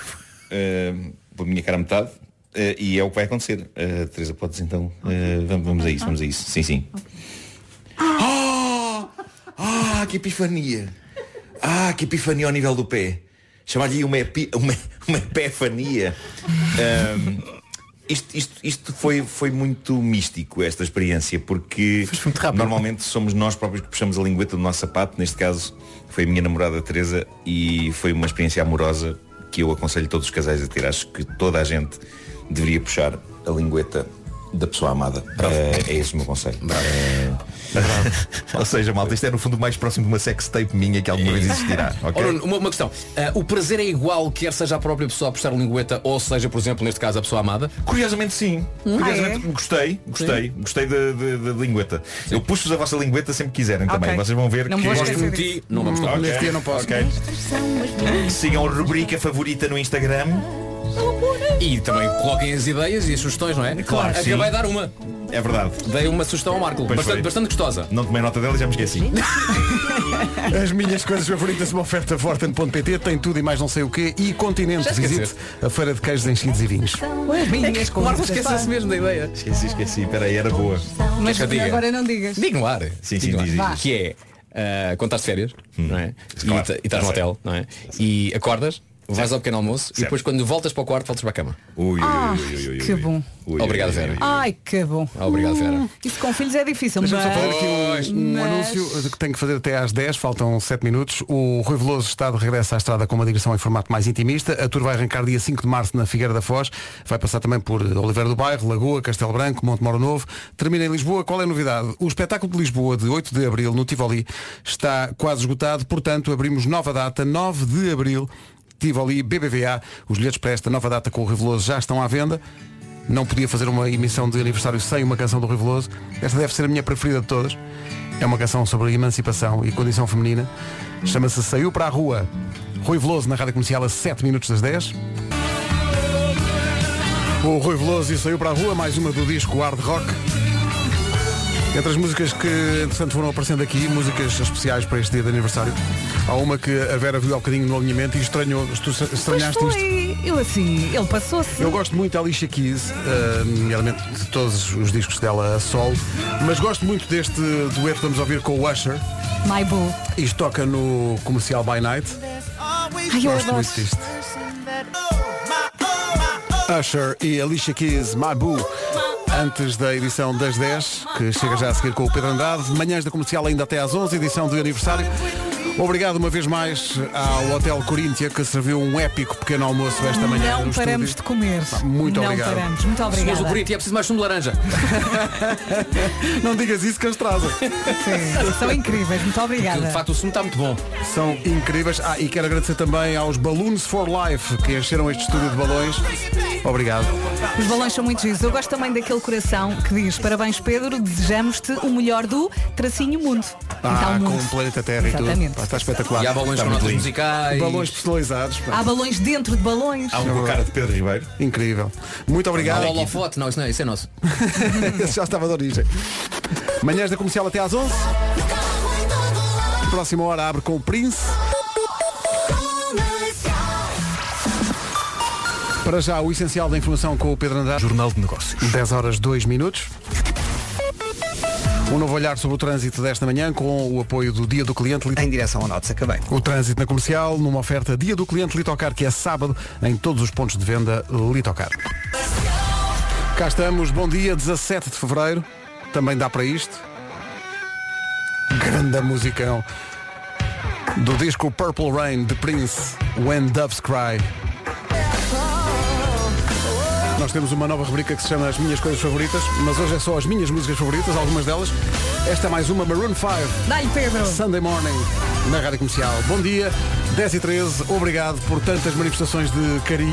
eh, pela minha cara a metade eh, e é o que vai acontecer. Eh, Teresa, podes então. eh, vamos, vamos a isso, vamos a isso. Sim, sim. Ah! Ah, que epifania! Ah, que epifania ao nível do pé. Chamar-lhe uma, epi, uma, uma epifania. Ahm, isto, isto, isto foi, foi muito místico esta experiência, porque normalmente somos nós próprios que puxamos a lingueta do nosso sapato, neste caso foi a minha namorada Teresa e foi uma experiência amorosa que eu aconselho todos os casais a ter. Acho que toda a gente deveria puxar a lingueta da pessoa amada. Eh, é esse o meu conselho. Eh, Ou seja, malta, isto é no fundo mais próximo de uma sex tape minha que alguma vez existirá.
Ora, Oh, Nuno, uma, uma questão. Ah, o prazer é igual quer seja a própria pessoa a puxar a lingueta ou seja, por exemplo, neste caso, a pessoa amada?
Curiosamente sim.
Hum? Ah, é?
Curiosamente, gostei, gostei, gostei da, da- da lingueta. Eu puxo-vos a vossa lingueta sempre que quiserem também. Vocês vão ver
Não
que
me vou esquecer Gosto de disso. ti, não vamos tocar.
Ok,
Neste dia não posso.
ok. Sigam a rubrica favorita no Instagram.
E também coloquem as ideias e as sugestões, não é?
Claro, sim.
Acabei de dar uma.
É verdade.
Dei uma sugestão ao Marco.
Pois
Bastante,
foi.
bastante gostosa.
Não tomei nota dela e já me esqueci.
As minhas coisas favoritas, uma oferta forten.pt, tem tudo e mais não sei o quê. E Continente,
Já esqueci.
visite a Feira de Queijos Enchidos e Vinhos.
Ué, minhas
É que o Marco
coisas,
esqueceu-se
pá.
mesmo da ideia.
Esqueci, esqueci. Peraí, era boa.
Mas
Que eu diga.
agora não digas.
Digo no ar.
Sim, sim,
Digo no
diz,
diz.
ar. Que é ah, quando estás de férias, não é? E
Claro,
ta- E
tá
estás no
certo.
hotel, não é? E acordas Vais ao pequeno almoço e depois quando voltas para o quarto voltas para a cama.
Ui,
Ah, que bom.
Obrigado, Vera.
Ai, que bom.
Ah, obrigado, Vera.
Hum, Isso com filhos é difícil, mas...
Deixa-me só fazer aqui um, um
mas-
anúncio que tenho que fazer até às 10, faltam 7 minutos. O Rui Veloso está de regresso à estrada com uma digressão em formato mais intimista. A tour vai arrancar dia 5 de março na Figueira da Foz. Vai passar também por Oliveira do Bairro, Lagoa, Castelo Branco, Monte Moro Novo. Termina em Lisboa. Qual é a novidade? O espetáculo de Lisboa, de 8 de abril, no Tivoli, está quase esgotado. Portanto, abrimos nova data, 9 de abril, Tivoli, BBVA. Os bilhetes para esta nova data com o Rui Veloso já estão à venda. Não podia fazer uma emissão de aniversário sem uma canção do Rui Veloso. Esta deve ser a minha preferida de todas. É uma canção sobre emancipação e condição feminina. Chama-se Saiu para a Rua. Rui Veloso na Rádio Comercial a 7 minutos das 10. O Rui Veloso e Saiu para a Rua, mais uma do disco Hard Rock. Entre as músicas que, entretanto, foram aparecendo aqui, músicas especiais para este dia de aniversário, há uma que a Vera viu há bocadinho no alinhamento e estranhou, tu
Pois
estranhaste isto.
foi, eu assim, ele passou-se.
Eu gosto muito da Alicia Keys, eh, nomeadamente de todos os discos dela a solo, mas gosto muito deste dueto que vamos ouvir com o Usher.
My Boo.
Isto toca no comercial By Night.
eu
gosto
adoro.
muito disto. Usher e Alicia Keys, My Boo. Antes da edição das 10, que chega já a seguir com o Pedro Andrade, manhãs da comercial ainda até às 11, edição de aniversário. Obrigado uma vez mais ao Hotel Coríntia que serviu um épico pequeno almoço esta manhã.
Não
no
paramos
estúdio.
de comer.
Pá, muito
Não
obrigado.
paramos. Muito obrigada.
Se o Corinthians é preciso mais sumo de laranja.
Não digas isso que eles trazem.
Sim, são incríveis. Muito obrigada.
De facto o sumo está muito bom.
São incríveis. Ah, e quero agradecer também aos Balloons for Life que encheram este estúdio de balões. Obrigado.
Os balões são muito giros. Eu gosto também daquele coração que diz Parabéns Pedro, desejamos-te o melhor do tracinho mundo.
Ah,
então,
com
mundo.
o planeta Terra e tudo.
Exatamente.
Pá, está espetacular.
E há balões
Está Tá
com
muito
notas
lindo.
musicais.
Balões personalizados. pá.
Há balões dentro de balões.
Há um com a cara de Pedro Ribeiro.
Incrível. Muito obrigado.
Há o holofote. Não, isso não é, isso é nosso.
Esse já estava de origem. Manhãs da comercial até às 11. Próxima hora abre com o Prince. Para já, o essencial da informação com o Pedro Andrade.
Jornal de Negócios.
10 horas 2 minutos. Um novo olhar sobre o trânsito desta manhã com o apoio do Dia do Cliente
Em direção ao Norte, se acabei.
O trânsito na comercial numa oferta Dia do Cliente Litocar que é sábado em todos os pontos de venda Litocar. Cá estamos, bom dia, 17 de fevereiro. Também dá para isto. Grande musicão do disco Purple Rain de Prince, When Doves Cry. Nós temos uma nova rubrica que se chama As Minhas Coisas Favoritas, mas hoje é só as minhas músicas favoritas, algumas delas. Esta é mais uma Maroon 5.
Dá-lhe Pedro.
Sunday Morning na Rádio Comercial. Bom dia, 10 e 13, obrigado por tantas manifestações de carinho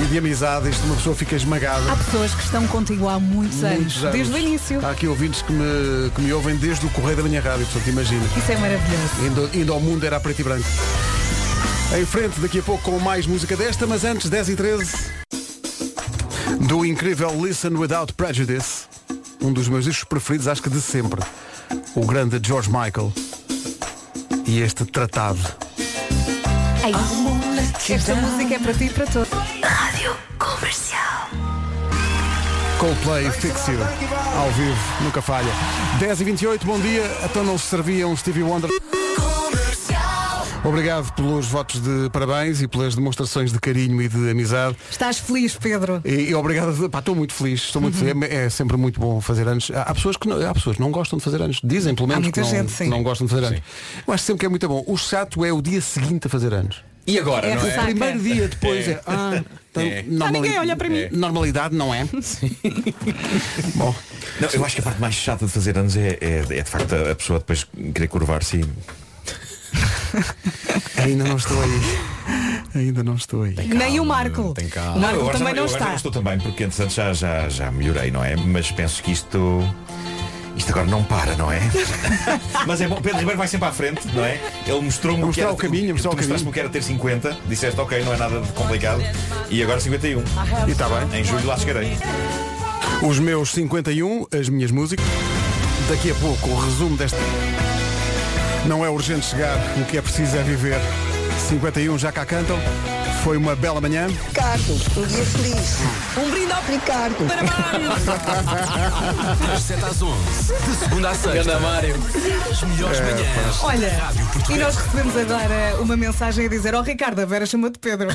e de amizade. Isto uma pessoa fica esmagada.
Há pessoas que estão contigo há muitos,
Muitos anos. Tá.
desde o início.
Há aqui ouvintes que me, que me ouvem desde o Correio da Minha Rádio, portanto imagina.
Isso é maravilhoso.
Indo, indo ao mundo era a preto e branco. Em frente daqui a pouco com mais música desta, mas antes 10 e 13 do incrível Listen Without Prejudice, um dos meus discos preferidos acho que de sempre, o grande George Michael e este tratado.
Ai, esta música é para ti e para todos. Rádio Comercial.
Coldplay Fix You, ao vivo, nunca falha. 10 e 28 bom dia, então não se servia um Stevie Wonder. Obrigado pelos votos de parabéns e pelas demonstrações de carinho e de amizade.
Estás feliz, Pedro?
E, e obrigado, pá, estou muito feliz, estou muito
Uhum.
feliz. É, é sempre muito bom fazer anos. Há, há pessoas que não, há pessoas que não gostam de fazer anos, dizem pelo menos
Há muita
que não,
gente, sim.
que não gostam de fazer anos. Eu acho sempre que é muito bom. O chato é o dia seguinte a fazer anos.
E agora,
É
não é?
ressaca. Primeiro dia depois é, ah, então, normali-
Tá, ninguém olha para mim. É.
Normalidade não é? Bom.
Não, eu acho que a parte mais chata de fazer anos é, é, é de facto a, a pessoa depois querer curvar-se. e-
Ainda não estou aí. Ainda não estou aí.
Nem o Marco. O Marco
agora
também
já,
não
eu agora
está.
já estou também, porque entretanto já, já, já melhorei, não é? Mas penso que isto. Isto agora não para, não é? Mas é bom, Pedro Ribeiro vai sempre à frente, não é? Ele mostrou-me o que
Mostrar
era
o caminho, mostrar o
tu mostraste-me
caminho.
o que era ter 50, disseste ok, não é nada de complicado. E agora 51.
E está bem.
Em julho lá chegarei.
Os meus 51, as minhas músicas. Daqui a pouco o resumo desta. Não é urgente chegar, o que é preciso é viver. 51 já um, cá cantam. Foi uma bela manhã.
Ricardo, um dia feliz. Um brinde ao Ricardo.
Das 7 às 11, de segunda à sexta.
Ganda Mário.
As melhores
É,
manhãs.
Olha,
da Rádio
e
Portuguesa.
nós recebemos agora uma mensagem a dizer Ó Ricardo, a Vera chamou-te Pedro.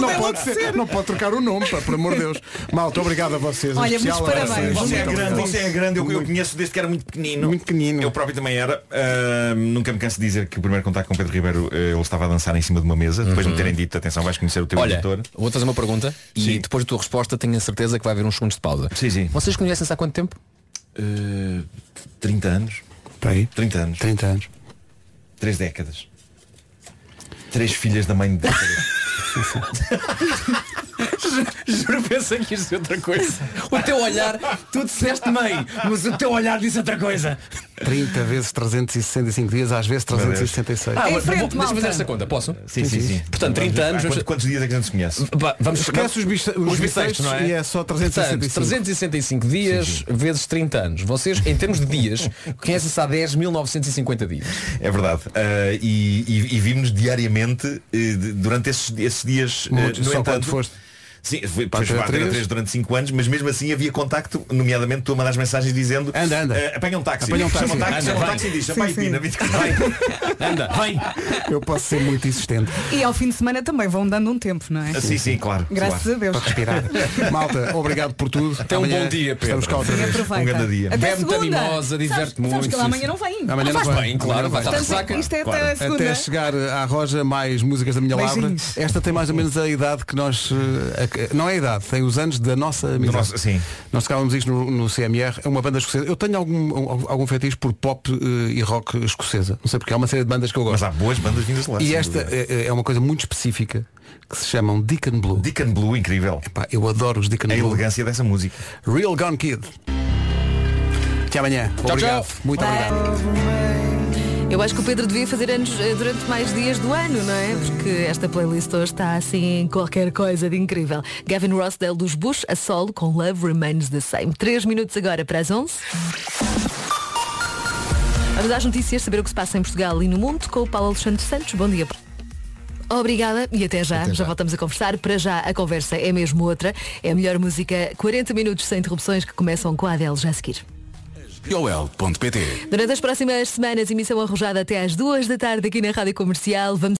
Não pode, ser, não pode trocar o nome, pá, por amor de Deus. Malta, obrigado a vocês. em
Olha,
especial
muitos
a vocês.
Você é
Muito
grande,
obrigado.
você é grande. Eu, eu conheço desde que era muito pequenino. Muito pequenino. Eu próprio também era. Ah, nunca me canso de dizer que o primeiro contacto com Pedro Ribeiro ah, ele estava a dançar em cima de uma mesa, depois de me
Uhum.
terem dito, atenção, vais conhecer o teu
Olha,
editor.
vou fazer uma pergunta e depois da tua resposta tenho a certeza que vai haver uns segundos de pausa.
Sim, sim.
Vocês conhecem-se há quanto tempo?
30 Eh, anos. 30 anos.
30 Tá anos.
Três décadas. Três filhas da mãe de décadas.
Juro, pensei que isto é outra coisa. O teu olhar, tu disseste mãe, mas o teu olhar disse outra coisa.
30 vezes 365 dias, às vezes 366.
Ah, mas vou- deixa-me fazer esta conta, posso?
Sim, sim, sim.
Portanto, 30 anos.
Quantos, quantos dias é que a gente se conhece?
Va- Vamos
Esquece os bis- os bissextos e é só 365.
Portanto, 365 dias vezes 30 anos. Vocês, em termos de dias, conhecem-se há 10.950 dias.
É verdade. Ah, e, e, e vimos diariamente eh, de- durante esses, esses dias. eh,
Muito,
no
só
entanto,
quando foste.
Sim, fui
Para
para
ter a três.
três durante 5 anos, mas mesmo assim havia contacto, nomeadamente tu a mandar as mensagens dizendo anda, anda. apanha um táxi.
Apanha um
Chama
táxi. Anda,
chama um
vai.
táxi e diz,
Sim,
apanha
sim.
Pina, 24 horas."
Anda, vem.
Eu posso ser muito insistente.
E ao fim de semana também vão dando um tempo, não é?
Assim,
Ah, sim, sim, claro.
Graças
Claro.
a Deus.
Para respirar. Malta, obrigado por tudo.
Até um
Amanhã
bom dia, Pedro.
Estamos cá outra
Sim,
vez.
aproveita. Até
Bebe-te a
segunda.
mimosa, diverte
Sabes-
muito.
sabes que lá amanhã não vem.
Amanhã
Ah,
não
faz
vai.
bem, claro,
Amanhã
vai
não
estar de
Portanto,
saca.
isto é até
Claro.
a segunda.
Até chegar à Roja, mais músicas da minha lavra.
Beijinhos.
Esta tem mais ou menos a idade que nós. eh, a- Não é a idade, tem os anos da nossa amizade.
nosso- sim.
Nós tocávamos isto no, no CMR, é uma banda escocesa. Eu tenho algum, algum fetiche por pop eh, e rock escocesa. Não sei porque há uma série de bandas que eu gosto.
Mas há boas bandas vindas de lá.
E
sem
esta
dúvida.
é, é uma coisa muito específica que se chamam Deacon Blue.
Deacon Blue, incrível.
eu adoro os Deacon
É A
Blue.
elegância dessa música.
Real Gone Kid. Até amanhã.
Tchau,
obrigado.
tchau.
Muito
Bye.
obrigado.
Eu acho que o Pedro devia fazer anos eh, durante mais dias do ano, não é? Porque esta playlist hoje está assim qualquer coisa de incrível. Gavin Rossdale dos Bush a solo com Love Remains the Same. Três minutos agora para as 11. Vamos às notícias, saber o que se passa em Portugal e no mundo com o Paulo Alexandre Santos. Bom dia. Obrigada e até já. já voltamos a conversar. Para já a conversa é mesmo outra. É a melhor música 40 minutos sem interrupções que começam com a Adele já a seguir.
Joel.pt
Durante as próximas semanas, emissão arrojada até às duas da tarde aqui na Rádio Comercial. Vamos